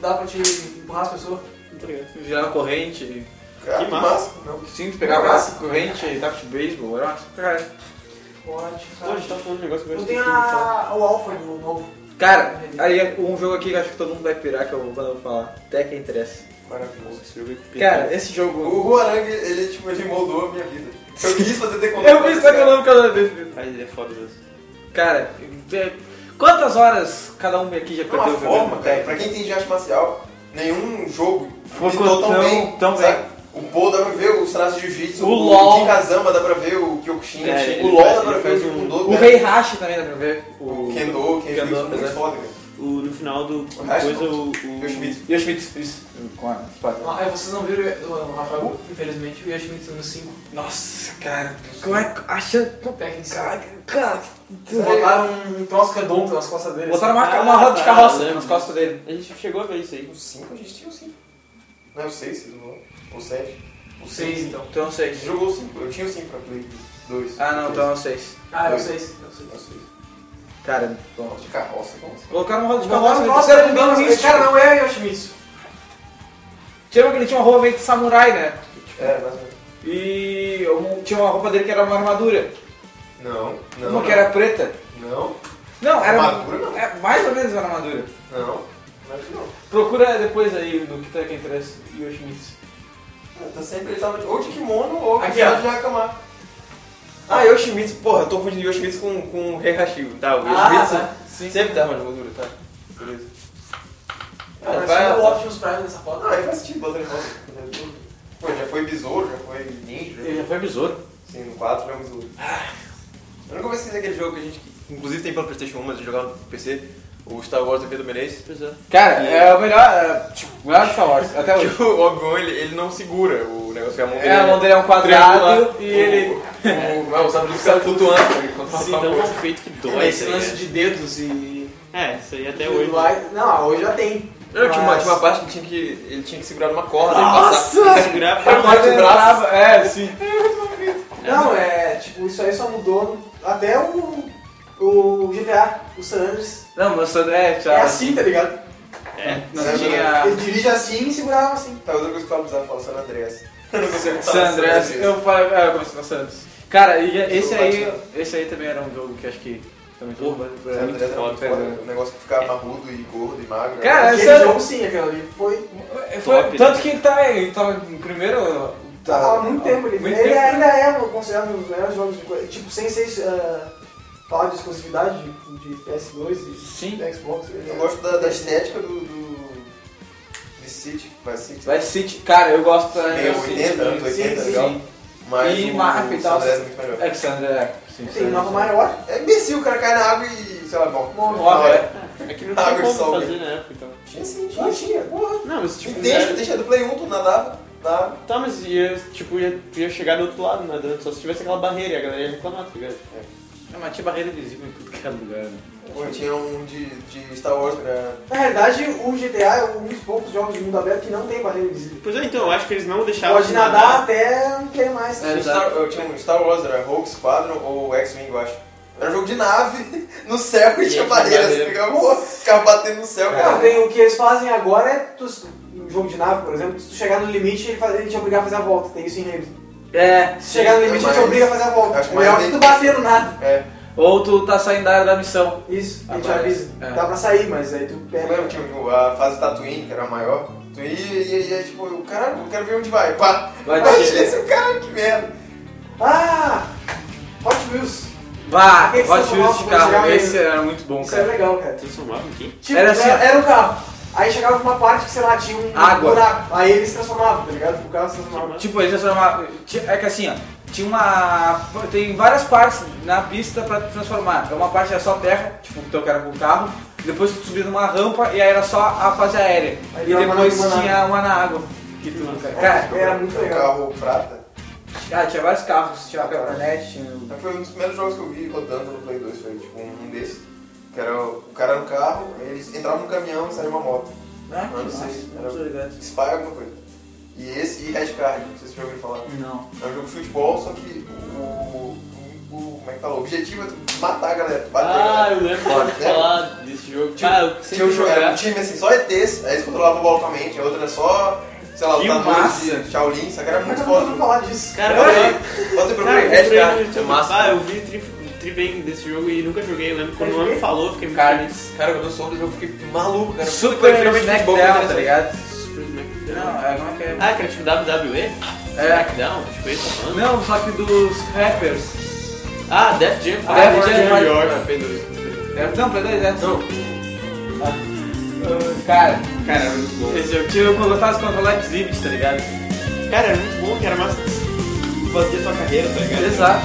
[SPEAKER 3] dá pra te empurrar as pessoas.
[SPEAKER 4] não tô ligado.
[SPEAKER 1] Virava corrente,
[SPEAKER 8] Ah,
[SPEAKER 4] que
[SPEAKER 8] que
[SPEAKER 4] massa.
[SPEAKER 8] massa. Não.
[SPEAKER 1] cinto, pegava braço, corrente, tava de beisebol, era uma cara.
[SPEAKER 3] Forte,
[SPEAKER 6] Tá.
[SPEAKER 4] Pô, a gente tava falando de um negócio que
[SPEAKER 3] Eu
[SPEAKER 4] eu gosto
[SPEAKER 3] tenho
[SPEAKER 6] Ah,
[SPEAKER 3] a, o Alpha do novo.
[SPEAKER 1] Cara, aí é um jogo aqui que eu acho que todo mundo vai pirar, que eu vou falar. Tekken 3.
[SPEAKER 8] Maravilhoso.
[SPEAKER 4] é
[SPEAKER 1] Cara, esse jogo...
[SPEAKER 8] O Huarang, ele, tipo, ele moldou a minha vida. Eu quis fazer Taekwondo.
[SPEAKER 1] Eu fiz econômica da vez.
[SPEAKER 4] Cara, ele é foda mesmo.
[SPEAKER 1] Cara, é- quantas horas cada um aqui já
[SPEAKER 8] É uma
[SPEAKER 1] perdeu?
[SPEAKER 8] forma,
[SPEAKER 1] jogando
[SPEAKER 8] cara.
[SPEAKER 1] Tekken?
[SPEAKER 8] Pra quem entende de arte marcial, nenhum jogo
[SPEAKER 1] Focou
[SPEAKER 8] lidou
[SPEAKER 1] tão-
[SPEAKER 8] bem,
[SPEAKER 1] tão
[SPEAKER 8] sabe? O Paul dá pra ver os traços de jiu-jitsu,
[SPEAKER 1] O
[SPEAKER 8] o,
[SPEAKER 1] LOL.
[SPEAKER 8] Jin Kazama dá pra ver o Kyokushin,
[SPEAKER 4] É, ele
[SPEAKER 8] o LOL
[SPEAKER 4] faz-
[SPEAKER 8] dá pra
[SPEAKER 4] ele
[SPEAKER 8] ver o
[SPEAKER 4] faz um-
[SPEAKER 8] Taekwondo,
[SPEAKER 1] O Rei Hashi também dá pra ver.
[SPEAKER 8] o Kendo, o Kendo,
[SPEAKER 1] Kendo,
[SPEAKER 8] muito
[SPEAKER 1] exato.
[SPEAKER 8] foda, cara.
[SPEAKER 4] O, no final do
[SPEAKER 8] O resto, é
[SPEAKER 4] coisa, o. o-
[SPEAKER 8] E o Schmidt.
[SPEAKER 1] Yoshimitsu, isso. Com a espada.
[SPEAKER 3] Ah, é, vocês não viram o, o Rafael,
[SPEAKER 6] Uh.
[SPEAKER 3] infelizmente, o Yashimitsu no 5.
[SPEAKER 1] Nossa, cara, como é que acha.
[SPEAKER 3] Tekken 5.
[SPEAKER 1] Cara, cara.
[SPEAKER 3] Botaram um troço redondo nas costas dele.
[SPEAKER 1] Botaram uma,
[SPEAKER 4] Ah,
[SPEAKER 1] uma roda de
[SPEAKER 4] tá,
[SPEAKER 1] carroça
[SPEAKER 4] lembro.
[SPEAKER 1] nas costas dele.
[SPEAKER 4] A gente chegou a ver isso aí.
[SPEAKER 8] O 5 a gente tinha o 5. Não é o 6, vocês não vão? Ou 7? O
[SPEAKER 3] assim. Seis, então.
[SPEAKER 1] Então é um
[SPEAKER 8] A gente
[SPEAKER 1] 6.
[SPEAKER 8] jogou o 5, eu tinha o 5 pra Play 2.
[SPEAKER 1] Ah, não, então é um 6.
[SPEAKER 3] Ah, eu
[SPEAKER 8] Dois.
[SPEAKER 3] sei. Eu sei.
[SPEAKER 8] É o 6.
[SPEAKER 1] Cara, bom.
[SPEAKER 8] Nossa, de carroça, como assim?
[SPEAKER 1] Colocaram uma roda de carroça.
[SPEAKER 3] Botaram um
[SPEAKER 1] mas
[SPEAKER 3] troço
[SPEAKER 1] fizeram um
[SPEAKER 3] redondo nas
[SPEAKER 1] místico.
[SPEAKER 3] costas. Cara, não é o Yashimitsu.
[SPEAKER 1] Tinha um que ele tinha uma roupa meio de samurai, né?
[SPEAKER 8] É, mais ou menos.
[SPEAKER 1] E um- tinha uma roupa dele que era uma armadura.
[SPEAKER 8] Não, não.
[SPEAKER 1] Uma que era preta.
[SPEAKER 8] Não,
[SPEAKER 1] Não, era.
[SPEAKER 8] Armadura não.
[SPEAKER 1] É, mais ou menos era armadura.
[SPEAKER 8] não. Não acho que não.
[SPEAKER 1] Procura depois aí do que tá quem interessa Yoshimitsu.
[SPEAKER 8] Ah, Tá sempre, ele tava ou de kimono ou
[SPEAKER 3] Aqui,
[SPEAKER 8] de
[SPEAKER 3] ó.
[SPEAKER 8] Hakama. Ah, Yoshimitsu, porra, eu tô confundindo Yoshimitsu com, com o Rei Hashiro, tá? O
[SPEAKER 3] Ah,
[SPEAKER 8] Yoshimitsu
[SPEAKER 3] tá.
[SPEAKER 8] sempre dá uma armadura, tá? Beleza. Ah,
[SPEAKER 3] Cara,
[SPEAKER 8] vai-
[SPEAKER 3] tinha é o Optimus Prime nessa foto.
[SPEAKER 8] Ah, aí faz sentido, bota ele volta. Pô, já foi besouro, já foi ninja.
[SPEAKER 1] Ele já foi besouro. Ah.
[SPEAKER 8] Sim, no 4 jogamos o. Eu nunca mais esqueci aquele jogo que a gente. que Inclusive tem pela Playstation 1, mas eu jogava no PC, o Star Wars do Pedro Menezes.
[SPEAKER 4] Pois é.
[SPEAKER 1] Cara, é o melhor. É, tipo, É, o melhor Star Wars, até hoje.
[SPEAKER 8] Que o Obi-Wan ele, ele não segura o negócio que a mão dele.
[SPEAKER 1] É, a mão dele é um quadrado e ele.
[SPEAKER 8] O, o, o sabre luz fica flutuando. então ele controla
[SPEAKER 4] Sim,
[SPEAKER 8] a
[SPEAKER 4] tão mal
[SPEAKER 8] força.
[SPEAKER 4] feito que dói
[SPEAKER 3] Esse
[SPEAKER 4] isso aí, é.
[SPEAKER 3] lance
[SPEAKER 4] né?
[SPEAKER 3] de dedos e.
[SPEAKER 4] É, isso aí até
[SPEAKER 3] Não,
[SPEAKER 4] hoje.
[SPEAKER 3] Não, hoje já tem. Não, tinha uma,
[SPEAKER 6] Mas-
[SPEAKER 3] tinha uma parte que, tinha que ele tinha que segurar uma corda
[SPEAKER 1] Ah,
[SPEAKER 3] e
[SPEAKER 6] Nossa!
[SPEAKER 3] passar. Segurar
[SPEAKER 4] é
[SPEAKER 3] pra
[SPEAKER 8] né?
[SPEAKER 1] Agora
[SPEAKER 3] corte
[SPEAKER 1] eu
[SPEAKER 3] o braço.
[SPEAKER 1] lembrava- É, sim.
[SPEAKER 6] Não, é, tipo, isso aí só mudou até o, o GTA, o San Andreas.
[SPEAKER 1] Não, meu sonho é, tchau.
[SPEAKER 6] É assim, tá ligado?
[SPEAKER 1] Não tinha.
[SPEAKER 6] Ele dirige assim e segurava assim.
[SPEAKER 8] Tá, outra coisa que eu precisava falar, San Andreas.
[SPEAKER 1] San Andreas, eu falei, é, eu comecei com Santos. Cara, e esse aí, esse aí também era um jogo que acho que também
[SPEAKER 4] Porra,
[SPEAKER 1] todo mundo-
[SPEAKER 8] San Andreas era muito
[SPEAKER 1] foda,
[SPEAKER 8] foda.
[SPEAKER 1] né?
[SPEAKER 8] O negócio que ficava marrudo e gordo e magro. é
[SPEAKER 1] Cara,
[SPEAKER 6] Aquele
[SPEAKER 1] É, sério?
[SPEAKER 6] jogo sim, aquele ali. Foi.
[SPEAKER 1] Foi-
[SPEAKER 4] Top,
[SPEAKER 1] tanto que ele tá, ele tava em primeiro.
[SPEAKER 6] tá,
[SPEAKER 1] tá
[SPEAKER 6] Há muito tempo ele.
[SPEAKER 1] Muito
[SPEAKER 6] ele
[SPEAKER 1] tempo, né?
[SPEAKER 6] ainda é considerado um dos melhores jogos de coisa. Tipo, sem ser ah, falar de exclusividade de, de PS2 e
[SPEAKER 1] Sim.
[SPEAKER 6] Xbox. ele é-
[SPEAKER 8] Eu gosto da, da estética do. do. de City, vai City.
[SPEAKER 1] Vai City, cara, eu gosto da
[SPEAKER 8] Meio
[SPEAKER 1] eu sinto
[SPEAKER 8] 80,
[SPEAKER 1] muito.
[SPEAKER 8] anos 80,
[SPEAKER 1] sim,
[SPEAKER 8] legal.
[SPEAKER 1] sim.
[SPEAKER 8] Mas
[SPEAKER 1] E
[SPEAKER 8] o,
[SPEAKER 1] Mafia e
[SPEAKER 8] o San
[SPEAKER 1] tal.
[SPEAKER 8] Andreas é muito melhor.
[SPEAKER 1] É que San Andreas, é, sim.
[SPEAKER 6] Tem
[SPEAKER 1] San
[SPEAKER 6] nova
[SPEAKER 1] Andreas.
[SPEAKER 6] maior.
[SPEAKER 8] É imbecil, o cara cai na água e, sei lá, bom.
[SPEAKER 1] Morre, é.
[SPEAKER 4] É que não
[SPEAKER 8] Água
[SPEAKER 4] tinha
[SPEAKER 8] e
[SPEAKER 4] como
[SPEAKER 8] sol,
[SPEAKER 4] fazer na época, então.
[SPEAKER 8] Tinha sim, tinha. tinha. Porra.
[SPEAKER 4] Não, mas tipo...
[SPEAKER 8] Tinha deixa, deixa do Play 1, tu nadava, nadava.
[SPEAKER 4] Tá, mas ia, tipo, ia, ia chegar do outro lado, né? Só se tivesse aquela barreira e a galera ia reclamar, tá ligado?
[SPEAKER 1] É, mas tinha barreira adesiva em tudo que era lugar. né?
[SPEAKER 8] Porra, tinha um de, de Star Wars, né?
[SPEAKER 6] Na realidade, o GTA é um dos poucos jogos de mundo aberto que não tem barreira invisível.
[SPEAKER 4] Pois é, então, eu acho que eles não deixavam...
[SPEAKER 6] Pode nadar até não querer mais.
[SPEAKER 1] É,
[SPEAKER 8] Tinha um
[SPEAKER 1] exato.
[SPEAKER 8] Star, eu tinha um Star Wars, era Rogue Squadron ou X-Wing, eu acho. Era um jogo de nave no céu e tinha barreiras. Você ficava, pô, ficava batendo no céu,
[SPEAKER 6] Não,
[SPEAKER 8] cara.
[SPEAKER 6] tem, o que eles fazem agora é, tu, um jogo de nave, por exemplo, se tu chegar no limite, ele, faz, ele te obriga a fazer a volta, tem isso em Reis.
[SPEAKER 1] É,
[SPEAKER 6] Se chegar no limite, ele te
[SPEAKER 8] mas- é,
[SPEAKER 6] obriga a fazer a volta.
[SPEAKER 8] acho
[SPEAKER 6] É melhor
[SPEAKER 8] mais
[SPEAKER 6] que tu
[SPEAKER 8] bem-
[SPEAKER 6] bater no nada.
[SPEAKER 1] ou tu tá saindo da área da missão.
[SPEAKER 6] Isso,
[SPEAKER 1] Ah,
[SPEAKER 6] ele te
[SPEAKER 1] mas-
[SPEAKER 6] avisa.
[SPEAKER 1] é.
[SPEAKER 6] Dá pra sair, mas aí tu
[SPEAKER 8] Eu
[SPEAKER 6] pega.
[SPEAKER 8] lembro, tinha um- a fase Tatooine, que era a maior. Tu ia e ia, ia, tipo, eu, caralho, eu quero ver onde vai. Pá!
[SPEAKER 1] Vai
[SPEAKER 8] Mas
[SPEAKER 1] te-
[SPEAKER 8] esse cara, que merda.
[SPEAKER 6] Ah! Hot Wheels.
[SPEAKER 1] Vá,
[SPEAKER 6] Aquele
[SPEAKER 1] pode
[SPEAKER 6] São Paulo
[SPEAKER 1] de
[SPEAKER 6] que
[SPEAKER 1] carro.
[SPEAKER 6] jogava
[SPEAKER 1] Esse
[SPEAKER 6] ele.
[SPEAKER 1] era muito bom,
[SPEAKER 6] Isso é
[SPEAKER 1] cara.
[SPEAKER 6] legal, cara.
[SPEAKER 4] Transformavam em quem?
[SPEAKER 6] Tipo,
[SPEAKER 1] Era assim,
[SPEAKER 6] era, era um carro. Aí chegava uma parte que, sei lá, tinha um
[SPEAKER 1] Água.
[SPEAKER 6] buraco. Aí eles transformavam, tá ligado? O carro se transformava.
[SPEAKER 1] Tipo, eles transformavam. É que assim, ó. Tinha uma. Tem várias partes na pista pra tu transformar. É Uma parte era só terra, tipo, então que era com o carro. Depois tu subia numa rampa e aí era só a fase aérea.
[SPEAKER 6] Aí
[SPEAKER 1] e
[SPEAKER 6] virava uma
[SPEAKER 1] depois
[SPEAKER 6] na- uma na
[SPEAKER 1] tinha uma na água. Que tudo, cara. Cara,
[SPEAKER 6] Era muito
[SPEAKER 8] Um
[SPEAKER 6] legal.
[SPEAKER 8] carro prata.
[SPEAKER 1] ah, tinha vários carros. Tinha uma caminhonete, tinha. o-
[SPEAKER 8] Foi um dos primeiros jogos que eu vi rodando no Play 2, foi tipo um, um desses. Que era o, o cara no carro, eles entravam no caminhão e saía uma moto.
[SPEAKER 1] Ah,
[SPEAKER 8] Não, não sei. Era-
[SPEAKER 1] Era...
[SPEAKER 8] Spy alguma coisa. E esse e Red Card, não sei se vocês já ouviram falar.
[SPEAKER 1] Não.
[SPEAKER 8] É um jogo de futebol, só que o. o, o como é que fala? O objetivo é tu matar a galera, tu bater a
[SPEAKER 4] Ah,
[SPEAKER 8] galera.
[SPEAKER 4] eu lembro de
[SPEAKER 8] Né?
[SPEAKER 4] falar desse jogo.
[SPEAKER 8] Tinha-
[SPEAKER 4] ah, eu
[SPEAKER 8] Tinha um,
[SPEAKER 4] sempre
[SPEAKER 8] jogo, era um
[SPEAKER 4] jogava.
[SPEAKER 8] time assim, só ETs, aí eles controlavam a bola com a mente, a outra era só, sei lá,
[SPEAKER 1] Que
[SPEAKER 8] lutadores
[SPEAKER 1] massa.
[SPEAKER 8] de Shaolin, só que era muito
[SPEAKER 6] Nunca vou
[SPEAKER 8] foda.
[SPEAKER 6] falar disso.
[SPEAKER 4] Cara,
[SPEAKER 8] Olha aí,
[SPEAKER 4] eu-
[SPEAKER 8] Bota pro
[SPEAKER 4] cara,
[SPEAKER 8] Play,
[SPEAKER 4] eu
[SPEAKER 8] Red
[SPEAKER 4] comprei no
[SPEAKER 8] Card.
[SPEAKER 3] É
[SPEAKER 4] YouTube. Ah, eu vi tri, tri bem desse jogo e nunca joguei. Eu lembro quando o homem falou, eu fiquei muito
[SPEAKER 1] Cara,
[SPEAKER 4] feliz.
[SPEAKER 3] Cara, quando eu soube, eu fiquei maluco, cara.
[SPEAKER 1] Super
[SPEAKER 3] Foi finalmente futebol, foi
[SPEAKER 1] Smackdown, tá
[SPEAKER 3] interessante.
[SPEAKER 1] ligado?
[SPEAKER 4] Não.
[SPEAKER 1] Não, é como é que é?
[SPEAKER 4] Ah, cara, tipo WWE?
[SPEAKER 1] É.
[SPEAKER 4] Crackdown? Tipo isso, tá falando?
[SPEAKER 1] Não, só que dos rappers.
[SPEAKER 4] Ah, Def Jam
[SPEAKER 1] Ah,
[SPEAKER 4] faz.
[SPEAKER 1] Def Jam faz.
[SPEAKER 4] P2.
[SPEAKER 1] É, Não, pra dois, é.
[SPEAKER 4] Não.
[SPEAKER 1] Ah, Cara,
[SPEAKER 3] Cara, era muito bom.
[SPEAKER 4] Esse jogo.
[SPEAKER 1] é eu tinha- eu gostava de controlar exhibits, tá ligado?
[SPEAKER 4] Cara, era muito bom, que era massa. Fazia tua carreira, tá ligado?
[SPEAKER 1] Exato.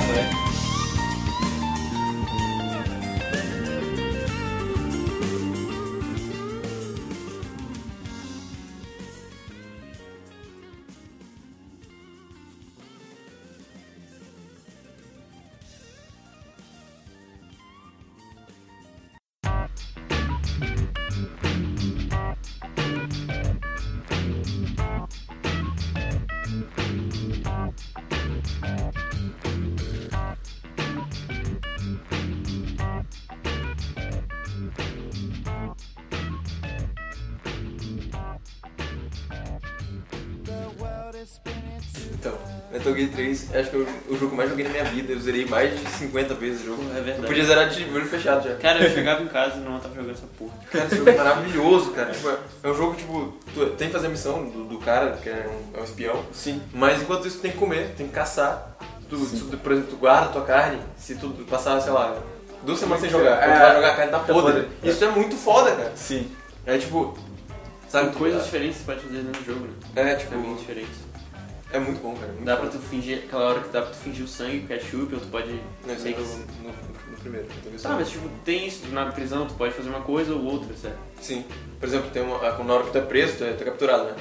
[SPEAKER 3] Então, Metal Gear 3, acho que é o, o jogo que eu mais joguei na minha vida. Eu zerei mais de 50 vezes o jogo.
[SPEAKER 4] É
[SPEAKER 3] Eu
[SPEAKER 4] verdade.
[SPEAKER 3] podia zerar de olho fechado já.
[SPEAKER 4] Cara, eu chegava em casa e não tava jogando essa porra.
[SPEAKER 3] Cara, esse jogo é maravilhoso, cara. Tipo, é- é um jogo, tipo, tu tem que fazer a missão do, do cara, que é um, é um espião.
[SPEAKER 1] Sim.
[SPEAKER 3] Mas enquanto isso, tu tem que comer, tem que caçar. Tu, tu- por exemplo, tu guarda tua carne, se tu passar, sei lá, duas semanas sem jogar, quando
[SPEAKER 1] É.
[SPEAKER 3] tu vai jogar a carne tá podre.
[SPEAKER 1] podre.
[SPEAKER 3] Isso é muito foda, cara.
[SPEAKER 1] Sim.
[SPEAKER 3] É tipo, sabe,
[SPEAKER 4] Sabe,
[SPEAKER 3] tu-
[SPEAKER 4] coisas diferentes que você pode fazer no jogo, né?
[SPEAKER 3] É, tipo,
[SPEAKER 4] Caminhos diferentes.
[SPEAKER 3] é muito bom, cara. Muito
[SPEAKER 4] Dá pra
[SPEAKER 3] bom.
[SPEAKER 4] tu fingir, aquela hora que dá pra tu fingir o sangue, o ketchup, ou tu pode...
[SPEAKER 3] Não, isso é
[SPEAKER 4] meio que-
[SPEAKER 3] no, no- no primeiro. eu tô vendo
[SPEAKER 4] Tá,
[SPEAKER 3] só.
[SPEAKER 4] mas tipo, tem isso, na prisão tu pode fazer uma coisa ou outra, certo?
[SPEAKER 3] Sim. Por exemplo, tem uma, a- na hora que tu é preso, tu é, tu é capturado, né?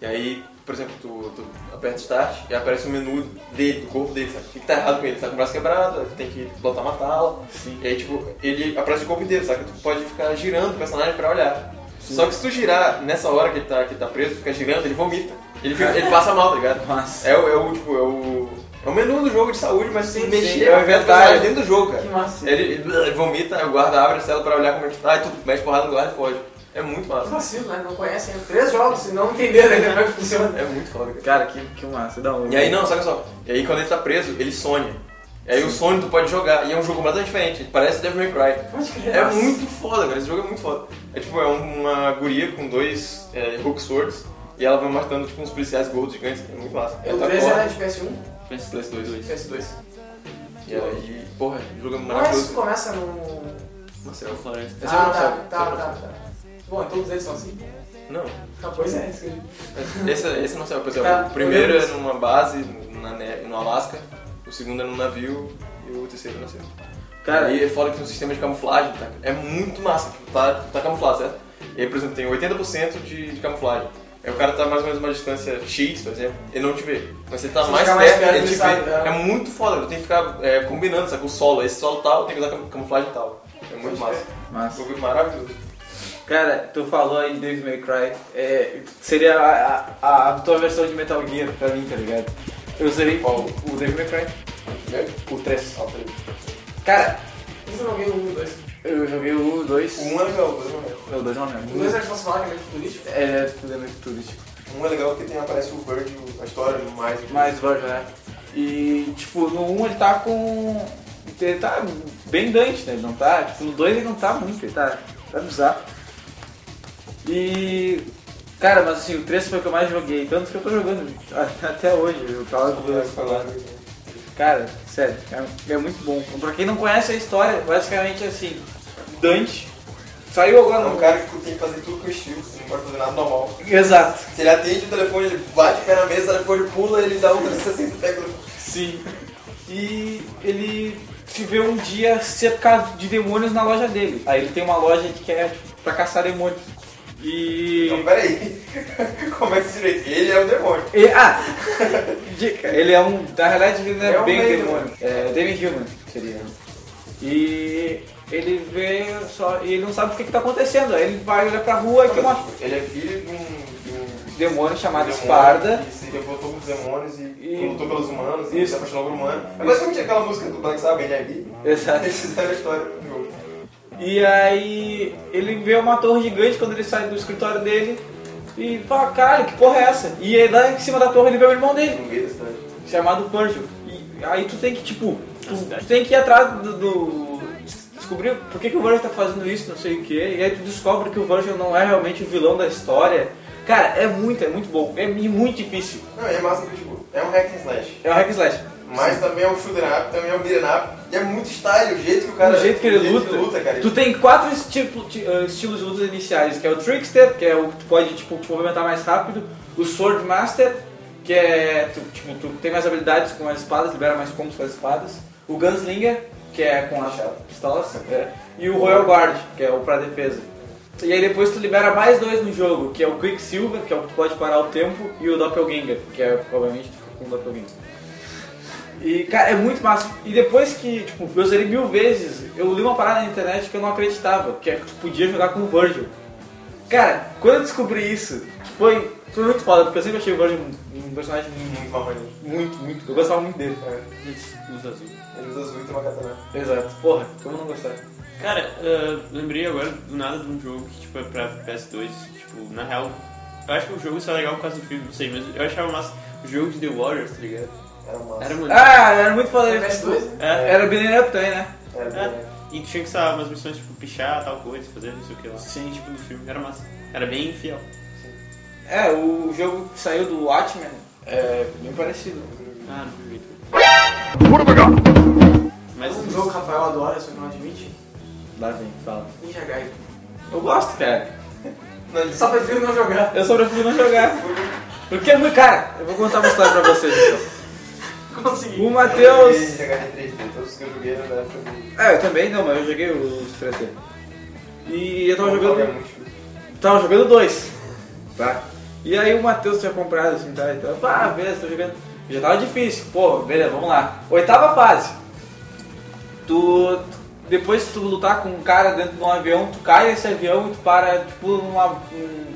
[SPEAKER 3] E aí, por exemplo, tu, tu aperta start e aparece o menu dele, do corpo dele, sabe? O que, que tá errado com ele? Tá com o braço quebrado, aí tu tem que botar uma tala.
[SPEAKER 1] Sim.
[SPEAKER 3] E aí, tipo, ele aparece o corpo inteiro, sabe? Tu pode ficar girando o personagem pra olhar.
[SPEAKER 6] Só que se tu girar nessa hora que ele tá, que ele tá preso, fica girando, ele vomita. Ele, fica- ele passa mal, tá ligado?
[SPEAKER 1] Nossa.
[SPEAKER 6] É o, é o, tipo, é o. É o menu do jogo de saúde, mas sem
[SPEAKER 1] Sim,
[SPEAKER 6] mexer.
[SPEAKER 1] sim,
[SPEAKER 6] é o evento
[SPEAKER 1] verdade.
[SPEAKER 6] personagem dentro do jogo, cara.
[SPEAKER 3] Que massa.
[SPEAKER 6] Ele, ele, ele vomita, aí o guarda abre a cela pra olhar como ele tá, e tu mete porrada no guarda e foge. É muito
[SPEAKER 3] Os
[SPEAKER 6] massa.
[SPEAKER 3] vacilos, né? Não conhecem os três jogos e não entenderam ainda como é que funciona.
[SPEAKER 6] É muito foda, cara.
[SPEAKER 1] Cara, que, que massa. Dá um...
[SPEAKER 6] E aí não, sabe só, e aí quando ele tá preso, ele sonha. E aí o sonho tu pode jogar, e é um jogo completamente diferente, parece Devil May Cry.
[SPEAKER 3] Pode crer.
[SPEAKER 6] É muito foda, cara, esse jogo é muito foda. É tipo, é um- uma guria com dois é, hook swords, e ela vai matando tipo uns policiais gordos gigantes, é muito massa.
[SPEAKER 3] O
[SPEAKER 6] tá
[SPEAKER 3] 3
[SPEAKER 6] corre,
[SPEAKER 3] era de PS1
[SPEAKER 6] PS2.
[SPEAKER 3] PS2.
[SPEAKER 6] E aí, porra, o jogo é
[SPEAKER 3] Não é isso
[SPEAKER 6] maravilhoso.
[SPEAKER 3] que começa no...
[SPEAKER 6] Marcelo.
[SPEAKER 4] Floresta.
[SPEAKER 6] Esse eu
[SPEAKER 3] Ah,
[SPEAKER 6] não
[SPEAKER 3] tá,
[SPEAKER 6] sei.
[SPEAKER 3] tá, tá, tá. Bom, todos eles são assim?
[SPEAKER 6] Não,
[SPEAKER 3] Ah, pois é, isso que eu-
[SPEAKER 6] esse, esse não serve, por exemplo.
[SPEAKER 3] Tá,
[SPEAKER 6] o primeiro é
[SPEAKER 3] beleza.
[SPEAKER 6] numa base na neve, no Alasca, o segundo é num navio e o terceiro é na selva.
[SPEAKER 1] Cara,
[SPEAKER 6] e é foda que tem um sistema de camuflagem, tá? É muito massa, tipo, tá, tá camuflado, certo? E aí, por exemplo, tem 80% de, de camuflagem. Aí o cara tá mais ou menos uma distância X, por exemplo, ele não te vê. Mas se ele tá
[SPEAKER 3] Se
[SPEAKER 6] mais
[SPEAKER 3] ficar
[SPEAKER 6] perto,
[SPEAKER 3] mais perto,
[SPEAKER 6] ele
[SPEAKER 3] ele
[SPEAKER 6] te
[SPEAKER 3] sabe,
[SPEAKER 6] vê.
[SPEAKER 3] é.
[SPEAKER 6] É muito foda, tem que ficar é, combinando, sabe? O solo, esse solo tal, tem que usar cam- camuflagem tal. É muito massa. Um
[SPEAKER 1] massa.
[SPEAKER 6] jogo maravilhoso.
[SPEAKER 1] Cara, tu falou aí de Devil May Cry. É, seria a, a, a tua versão de Metal Gear pra mim, tá ligado? Eu zerei o, o Devil May Cry. O 3. Cara,
[SPEAKER 3] Por isso eu não um, vi o 1 e o 2.
[SPEAKER 1] eu joguei o 1, o 2.
[SPEAKER 6] O um é legal, o dois não é legal.
[SPEAKER 1] Não, o 2 não, né?
[SPEAKER 3] O 2 era de Volkswagen, meio futurístico.
[SPEAKER 1] É, tudo é meio futurístico.
[SPEAKER 8] Um é legal porque tem, aparece o Bird, o- a história mais.
[SPEAKER 1] Mas vai jogar. é. E, tipo, no 1 ele tá com. Ele tá bem dante, né? Ele não tá. Tipo, no 2 ele não tá muito, ele tá. Tá bizarro. E. Cara, mas assim, o 3 foi o que eu mais joguei, tanto que eu tô jogando até hoje, o Call of Duty. Cara, sério, é, é muito bom. Pra quem não conhece a história, basicamente é assim, Dante saiu
[SPEAKER 8] É
[SPEAKER 1] agora
[SPEAKER 8] um
[SPEAKER 1] no...
[SPEAKER 8] cara que tem que fazer tudo com estilo, você não pode fazer nada normal.
[SPEAKER 1] Exato.
[SPEAKER 8] Se ele atende o telefone, ele bate o pé na mesa, o telefone pula, ele dá um 360 pega no-
[SPEAKER 1] Sim. E ele se vê um dia cercado de demônios na loja dele. Aí ele tem uma loja que é pra caçar demônios. E.
[SPEAKER 8] Não, Então, peraí. Começa direito. Ele é o demônio.
[SPEAKER 1] e- ah! Dica, ele é um. Na realidade ele não é,
[SPEAKER 8] É um
[SPEAKER 1] bem
[SPEAKER 8] meio,
[SPEAKER 1] demônio. É David Human seria. E ele vê só. E ele não sabe o que, que tá acontecendo. Aí ele vai olhar pra rua e tem uma
[SPEAKER 8] Ele é filho de um. De um
[SPEAKER 1] demônio chamada
[SPEAKER 8] demônio
[SPEAKER 1] Esparda.
[SPEAKER 8] que se revoltou com os demônios e,
[SPEAKER 1] E-
[SPEAKER 8] lutou pelos humanos e
[SPEAKER 1] Isso.
[SPEAKER 8] se apaixonou por humano. É basicamente aquela música do Black Sabbath, ele é bi.
[SPEAKER 1] Exato.
[SPEAKER 8] Eles fizeram a história do jogo.
[SPEAKER 1] E aí ele vê uma torre gigante quando ele sai do escritório dele e fala, caralho, que porra é essa? E aí lá em cima da torre ele vê o irmão dele,
[SPEAKER 8] No meio da cidade.
[SPEAKER 1] chamado Pancho. E aí tu tem que, tipo, tu, tu tem que ir atrás do. do- descobrir por que, que o Virgil tá fazendo isso, não sei o que. E aí tu descobre que o Virgil não é realmente o vilão da história. Cara, é muito, é muito bom. É muito difícil.
[SPEAKER 8] Não, é massa que tipo, é um hack and slash.
[SPEAKER 1] É um hack and slash.
[SPEAKER 8] Mas também é um shooter up, também é um beat'em up. E é muito style, o jeito que o cara...
[SPEAKER 1] do jeito que ele luta.
[SPEAKER 8] cara.
[SPEAKER 1] Tu tem quatro esti- ti- ah, estilos de luta iniciais, que é o Trickster, que é o que tu pode tipo, te movimentar mais rápido, o Sword Master, que é tu, tipo, tu tem mais habilidades com as espadas, libera mais combos com as espadas, o Gunslinger, que é com as pistolas, é, e o Royal Guard, que é o pra defesa. E aí depois tu libera mais dois no jogo, que é o Quicksilver, que é o que tu pode parar o tempo, e o Doppelganger, que é, obviamente, tu fica com o Doppelganger. E, cara, é muito massa. E depois que, tipo, eu zerei mil vezes, eu li uma parada na internet que eu não acreditava, que é que tu podia jogar com o Virgil. Cara, quando eu descobri isso, foi, foi muito foda, porque eu sempre achei o Virgil um, um personagem
[SPEAKER 8] Muito marroninho.
[SPEAKER 1] muito, muito... Eu gostava muito dele.
[SPEAKER 4] Luz azul.
[SPEAKER 8] Ele usa azul e tem uma katana.
[SPEAKER 1] Exato. Porra, como não gostar?
[SPEAKER 4] Cara, ah, lembrei agora do nada de um jogo que tipo, é pra PS2. Tipo, na real, eu acho que o jogo só é legal por causa do filme, não sei, mas eu achava massa o jogo de The Warriors, tá ligado?
[SPEAKER 8] Era massa.
[SPEAKER 4] Era muito.
[SPEAKER 1] Ah, era muito foda.
[SPEAKER 3] Era PS2, né?
[SPEAKER 4] É,
[SPEAKER 1] Era Binary Up também, né?
[SPEAKER 8] Era
[SPEAKER 4] É.
[SPEAKER 8] bem-
[SPEAKER 4] e tinha que saber umas missões, tipo, pichar tal coisa, fazer não sei o que lá. Sim. Tipo, do filme, era massa. Era bem fiel.
[SPEAKER 1] É, o jogo que saiu do Watchmen é bem parecido.
[SPEAKER 4] Ah, não vi. Mas
[SPEAKER 3] Um jogo que o Rafael adora, só que não admite.
[SPEAKER 1] Lá vem, fala.
[SPEAKER 3] Ninja Gaiden.
[SPEAKER 1] Eu gosto, cara.
[SPEAKER 3] Só prefiro não jogar.
[SPEAKER 1] Eu só prefiro não jogar. Porque é muito... Cara, eu vou contar uma história pra vocês, então.
[SPEAKER 3] Consegui.
[SPEAKER 1] O
[SPEAKER 8] Eu
[SPEAKER 1] Matheus.
[SPEAKER 8] joguei Jogava 3D, todos que eu joguei era da época do...
[SPEAKER 1] É, eu também não, mas eu joguei os 3D. E eu tava
[SPEAKER 8] Era
[SPEAKER 1] jogando.
[SPEAKER 8] É muito difícil.
[SPEAKER 1] Tava jogando dois. Tá? E aí o Matheus tinha comprado assim, tá? Então, pá, beleza, tô jogando. Já tava difícil. Pô, beleza, vamos lá. Oitava fase. Tu. depois se tu lutar com um cara dentro de um avião, tu cai nesse avião e tu para, tipo, numa, um-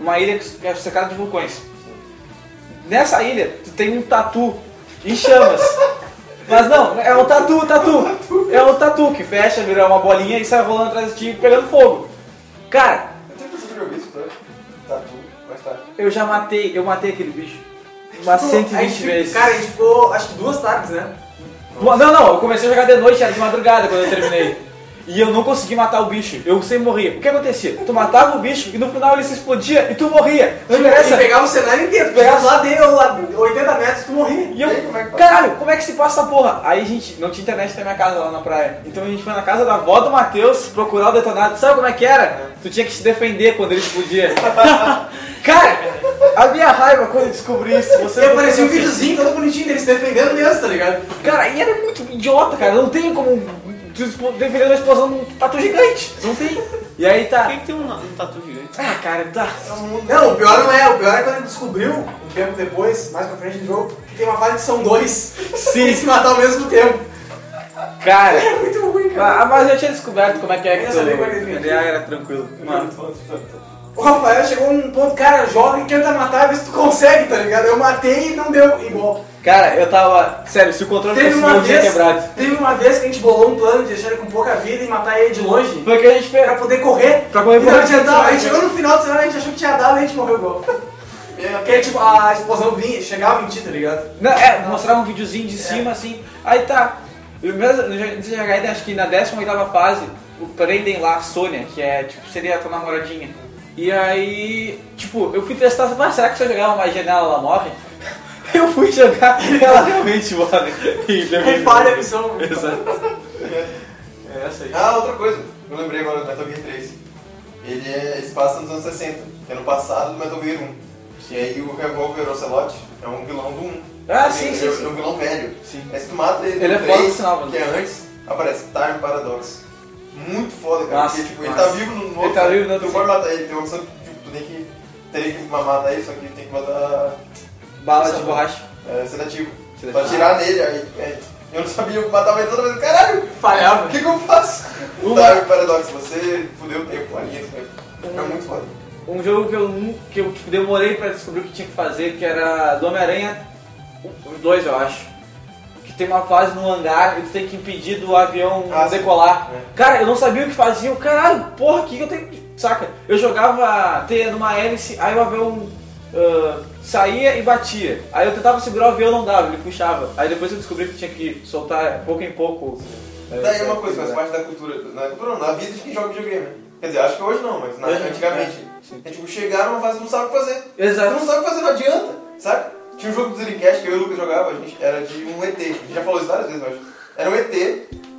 [SPEAKER 1] numa ilha que é cercada de vulcões. Nessa ilha, tu tem um tatu em chamas. Mas não, é o tatu, tatu. É o tatu que fecha, vira uma bolinha e sai rolando atrás de ti pegando fogo. Cara,
[SPEAKER 8] Eu tenho que jogar isso, tá? Tatu, mas tá.
[SPEAKER 1] eu já matei, eu matei aquele bicho. Umas
[SPEAKER 3] A
[SPEAKER 1] 120
[SPEAKER 3] gente-
[SPEAKER 1] vezes.
[SPEAKER 3] Tipo, Cara, a gente ficou acho que duas tardes, né?
[SPEAKER 1] Não, não, eu comecei a jogar de noite, era de madrugada quando eu terminei. E eu não consegui matar o bicho, eu sempre morria. O que acontecia? Tu matava o bicho e no final ele se explodia e tu morria. Não
[SPEAKER 3] Tipo, E
[SPEAKER 1] interessa.
[SPEAKER 3] pegava o cenário inteiro, tu pegava lá dentro, lá 80 metros, tu morria.
[SPEAKER 1] E eu, caralho, como é que se passa essa porra? Aí, gente, não tinha internet na minha casa lá na praia. Então a gente foi na casa da avó do Matheus procurar o detonado. Sabe como é que era? Tu tinha que se defender quando ele explodia. Cara, a minha raiva quando eu descobri isso. Você
[SPEAKER 3] E
[SPEAKER 1] não
[SPEAKER 3] aparecia um
[SPEAKER 1] tem noção.
[SPEAKER 3] videozinho todo bonitinho dele se defendendo mesmo, tá ligado?
[SPEAKER 1] Cara, e era muito idiota, cara. Não tem como tu expo- defender uma explosão de um tatu gigante. Não tem. E aí
[SPEAKER 4] Por
[SPEAKER 1] tá.
[SPEAKER 4] que, que tem um, um tatu gigante?
[SPEAKER 1] Ah, cara, tá.
[SPEAKER 3] Não, o pior não é, o pior é quando ele descobriu, um tempo depois, mais pra frente do jogo, que tem uma fase que são dois. Sim. se matar ao mesmo tempo.
[SPEAKER 1] Cara.
[SPEAKER 3] É muito ruim, cara.
[SPEAKER 1] Ah, mas eu tinha descoberto como é que é
[SPEAKER 3] Eu
[SPEAKER 1] que
[SPEAKER 3] ia saber como é que
[SPEAKER 1] tu...
[SPEAKER 3] defendia.
[SPEAKER 1] Ele era tranquilo. Mano.
[SPEAKER 3] O Rafael chegou num ponto, cara, joga e tenta matar, vê se tu consegue, tá ligado? Eu matei e não deu igual.
[SPEAKER 1] Cara, eu tava. Sério, se o controle
[SPEAKER 3] Teve
[SPEAKER 1] fosse
[SPEAKER 3] uma
[SPEAKER 1] meu, eu tinha
[SPEAKER 3] vez,
[SPEAKER 1] quebrado.
[SPEAKER 3] teve uma vez que a gente bolou um plano de deixar ele com pouca vida e matar ele de longe.
[SPEAKER 1] Foi o que a gente
[SPEAKER 3] Pra
[SPEAKER 1] fez.
[SPEAKER 3] poder correr.
[SPEAKER 1] Pra correr
[SPEAKER 3] e
[SPEAKER 1] por
[SPEAKER 3] não
[SPEAKER 1] onde
[SPEAKER 3] adiantava.
[SPEAKER 1] você
[SPEAKER 3] A gente
[SPEAKER 1] vai,
[SPEAKER 3] chegou no final do cenário, a gente achou que tinha dado e a gente morreu igual. Porque tipo, a explosão vinha, chegava em ti, tá ligado?
[SPEAKER 1] Não, é, mostrava um videozinho de cima assim. Aí tá. E mesmo no G- no GHD, né, acho que na 18 fase, o prendem lá a Sônia, que é tipo, seria a tua namoradinha. E aí, tipo, eu fui testar, mas será que se eu jogar uma magia nela ela morre? Eu fui jogar e ela realmente morre. E
[SPEAKER 3] Aí falha a missão.
[SPEAKER 1] Exato.
[SPEAKER 3] É essa aí.
[SPEAKER 8] Ah, outra coisa, eu lembrei agora do Metal Gear 3. Ele é, ele se passa nos anos 60, que é no passado do Metal Gear 1. E aí o Revolver Ocelot é um vilão do 1.
[SPEAKER 1] Ah,
[SPEAKER 8] Ele-
[SPEAKER 1] sim,
[SPEAKER 8] ele
[SPEAKER 1] sim,
[SPEAKER 8] é,
[SPEAKER 1] sim.
[SPEAKER 8] É um vilão velho.
[SPEAKER 1] Sim.
[SPEAKER 8] Mas se tu mata ele,
[SPEAKER 1] Ele
[SPEAKER 8] no
[SPEAKER 1] é foda
[SPEAKER 8] 3,
[SPEAKER 1] no sinal, mano.
[SPEAKER 8] que é antes, aparece Time Paradox. Muito foda, cara.
[SPEAKER 1] Massa,
[SPEAKER 8] porque tipo, ele
[SPEAKER 1] massa.
[SPEAKER 8] tá vivo no outro.
[SPEAKER 1] Ele tá vivo no
[SPEAKER 8] Tu
[SPEAKER 1] outro,
[SPEAKER 8] não pode matar ele, tem uma opção que tipo, tu tem que. Teria que matar ele, só que tem que matar
[SPEAKER 1] Bala de borracha.
[SPEAKER 8] é, sedativo.
[SPEAKER 1] Sedativo.
[SPEAKER 8] Pra tirar nele, aí. é, eu não sabia, eu matava ele toda vez. Caralho!
[SPEAKER 3] Falhava.
[SPEAKER 8] O que, que eu faço?
[SPEAKER 1] Uma-
[SPEAKER 8] Tá, paradoxo, você fudeu o tempo ali, né? É muito foda.
[SPEAKER 1] um jogo que eu, nu- que eu tipo, demorei pra descobrir o que tinha que fazer, que era do Homem-Aranha 2, eu acho. Que tem uma fase no hangar e tu tem que impedir do avião
[SPEAKER 8] Ah, sim.
[SPEAKER 1] decolar.
[SPEAKER 8] É.
[SPEAKER 1] Cara, eu não sabia o que fazia. Eu, caralho, porra, o que que eu tenho que. Saca? Eu jogava T numa hélice, aí o avião ah, saía e batia. Aí eu tentava segurar o avião, não dava, ele puxava. Aí depois eu descobri que tinha que soltar pouco em pouco. eh,
[SPEAKER 8] Daí é uma coisa, faz
[SPEAKER 1] né?
[SPEAKER 8] parte da cultura, na cultura não, na vida de quem joga videogame. né? Quer dizer, acho que hoje não, mas na-
[SPEAKER 1] Hoje não,
[SPEAKER 8] antigamente. É tipo, chegar numa fase que não sabe o que fazer. Tu
[SPEAKER 1] Exato.
[SPEAKER 8] não sabe o que fazer, não adianta, sabe? Tinha um jogo do Dreamcast que eu e o Lucas jogava, a gente era de um ET. A gente já falou isso várias vezes, eu acho. Era um ET,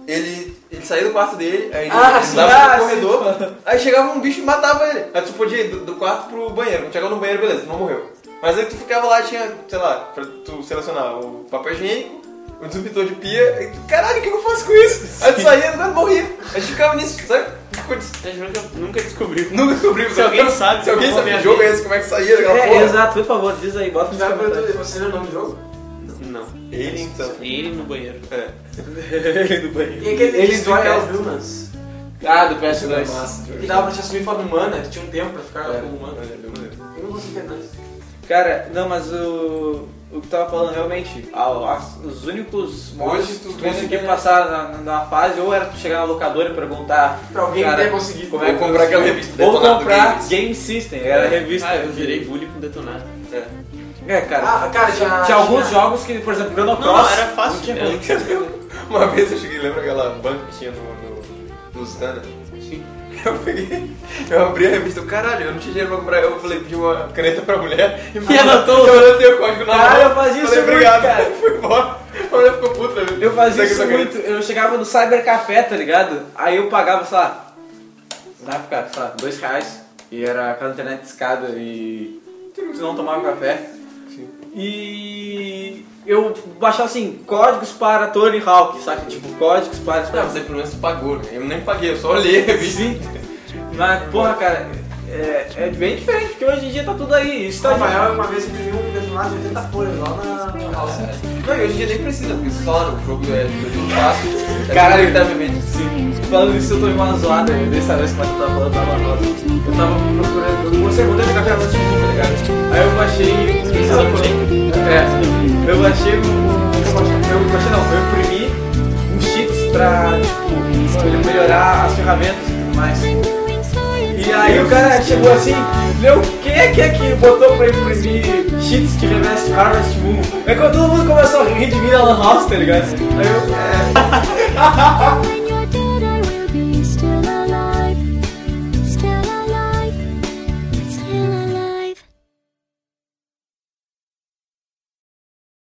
[SPEAKER 8] ele, ele saía do quarto dele, aí ele
[SPEAKER 1] Ah, sim,
[SPEAKER 8] andava
[SPEAKER 1] ah,
[SPEAKER 8] no
[SPEAKER 1] sim.
[SPEAKER 8] corredor, aí chegava um bicho e matava ele. Aí tu podia ir do, do quarto pro banheiro. Quando chegava no banheiro, beleza, tu não morreu. Mas aí tu ficava lá, tinha, sei lá, pra tu selecionar o papel higiênico, o desumidor de pia, e tu, caralho, o que eu faço com isso? Aí tu saía, não morria. A gente ficava nisso, sabe? Ficou des-
[SPEAKER 4] Tá jurando que eu nunca descobriu.
[SPEAKER 8] Nunca descobrimos.
[SPEAKER 4] Se alguém sabe,
[SPEAKER 8] se alguém
[SPEAKER 4] eu
[SPEAKER 8] sabe
[SPEAKER 4] vou
[SPEAKER 8] que jogo
[SPEAKER 4] ver.
[SPEAKER 8] é esse, como é que saía daquela
[SPEAKER 1] É,
[SPEAKER 8] porra.
[SPEAKER 1] exato, por favor, diz aí, bota nos comentários.
[SPEAKER 3] Você lembra o nome do jogo?
[SPEAKER 4] Não.
[SPEAKER 1] é.
[SPEAKER 8] Ele então.
[SPEAKER 4] Ele no banheiro.
[SPEAKER 8] É.
[SPEAKER 1] Do banheiro.
[SPEAKER 3] E aquele
[SPEAKER 1] Ele
[SPEAKER 3] destrói
[SPEAKER 1] do
[SPEAKER 3] as dunas.
[SPEAKER 1] Ah, do PS2.
[SPEAKER 3] Que dava pra te assumir forma humana, tu tinha um tempo pra ficar como humano.
[SPEAKER 8] É.
[SPEAKER 3] Eu não consigo entender isso.
[SPEAKER 1] Cara, não, mas o. O que tu tava falando realmente, a- as- os únicos modos
[SPEAKER 8] Hoje
[SPEAKER 1] que
[SPEAKER 8] tu
[SPEAKER 1] tu
[SPEAKER 8] vê na
[SPEAKER 1] conseguia
[SPEAKER 8] internet.
[SPEAKER 1] passar na, na fase, ou era tu chegar na locadora e perguntar
[SPEAKER 3] Pra alguém
[SPEAKER 1] Cara,
[SPEAKER 3] que tenha conseguido.
[SPEAKER 1] como é que
[SPEAKER 8] Ou comprar aquela revista
[SPEAKER 1] Ou
[SPEAKER 8] Detonado
[SPEAKER 1] comprar
[SPEAKER 8] Games. É.
[SPEAKER 1] Game System, era a revista.
[SPEAKER 4] Ah, eu virei bully com detonado.
[SPEAKER 1] É, cara.
[SPEAKER 3] Ah, cara, já.
[SPEAKER 1] tinha alguns
[SPEAKER 3] já-
[SPEAKER 1] jogos que, por exemplo, Chrono
[SPEAKER 4] Não,
[SPEAKER 1] Cross.
[SPEAKER 4] era fácil. né?
[SPEAKER 1] não tinha
[SPEAKER 4] Era-
[SPEAKER 1] como.
[SPEAKER 8] Uma vez eu cheguei, lembra aquela banca que tinha no, no, no Zana?
[SPEAKER 4] Sim.
[SPEAKER 8] Eu peguei, eu abri a revista, eu, caralho, eu não tinha dinheiro pra comprar, eu falei, pedi uma caneta pra mulher e me
[SPEAKER 4] ela
[SPEAKER 8] tô Eu anotei o código na
[SPEAKER 1] Cara,
[SPEAKER 8] mão.
[SPEAKER 1] eu fazia
[SPEAKER 8] falei,
[SPEAKER 1] isso muito,
[SPEAKER 8] obrigado.
[SPEAKER 1] cara.
[SPEAKER 8] Fui embora. A mulher ficou puta, velho.
[SPEAKER 1] Eu fazia
[SPEAKER 8] Segue
[SPEAKER 1] isso
[SPEAKER 8] essa caneta.
[SPEAKER 1] muito, eu chegava no Cyber Café, tá ligado? Aí eu pagava, sei lá, na época, sei lá, dois reais, e era aquela internet escada e tu não tomava café. E eu baixava assim, códigos para Tony Hawk, saca? Tipo, códigos para...
[SPEAKER 8] Não, você pelo menos pagou, né? Eu nem paguei, eu só olhei a revista.
[SPEAKER 1] Mas, porra, cara, é, é bem diferente, porque hoje em dia tá tudo aí. Isso tá
[SPEAKER 3] O Rafael uma vez imprimiu um detonado de 80 folhas lá na calça.
[SPEAKER 6] Não, e hoje em dia nem precisa, porque vocês falaram, o jogo é de jogo fácil. é
[SPEAKER 1] Caralho.
[SPEAKER 6] inevitavelmente sim.
[SPEAKER 1] Falando isso, eu tô uma zoada, eu nem sabia se você tava falando da Manosa. Eu tava procurando, um eu comecei a contar café no tipo, tá ligado? Aí eu baixei um japonês. É, eu baixei um. Eu baixei não, eu imprimi uns cheats pra, tipo, ele melhorar as ferramentas e tudo mais. E aí o cara chegou assim, meu, quem é que é que botou pra imprimir cheats que reveste Harvest Moon? Aí quando todo mundo começou a rir de mim na Lan House, tá ligado? Aí eu, é.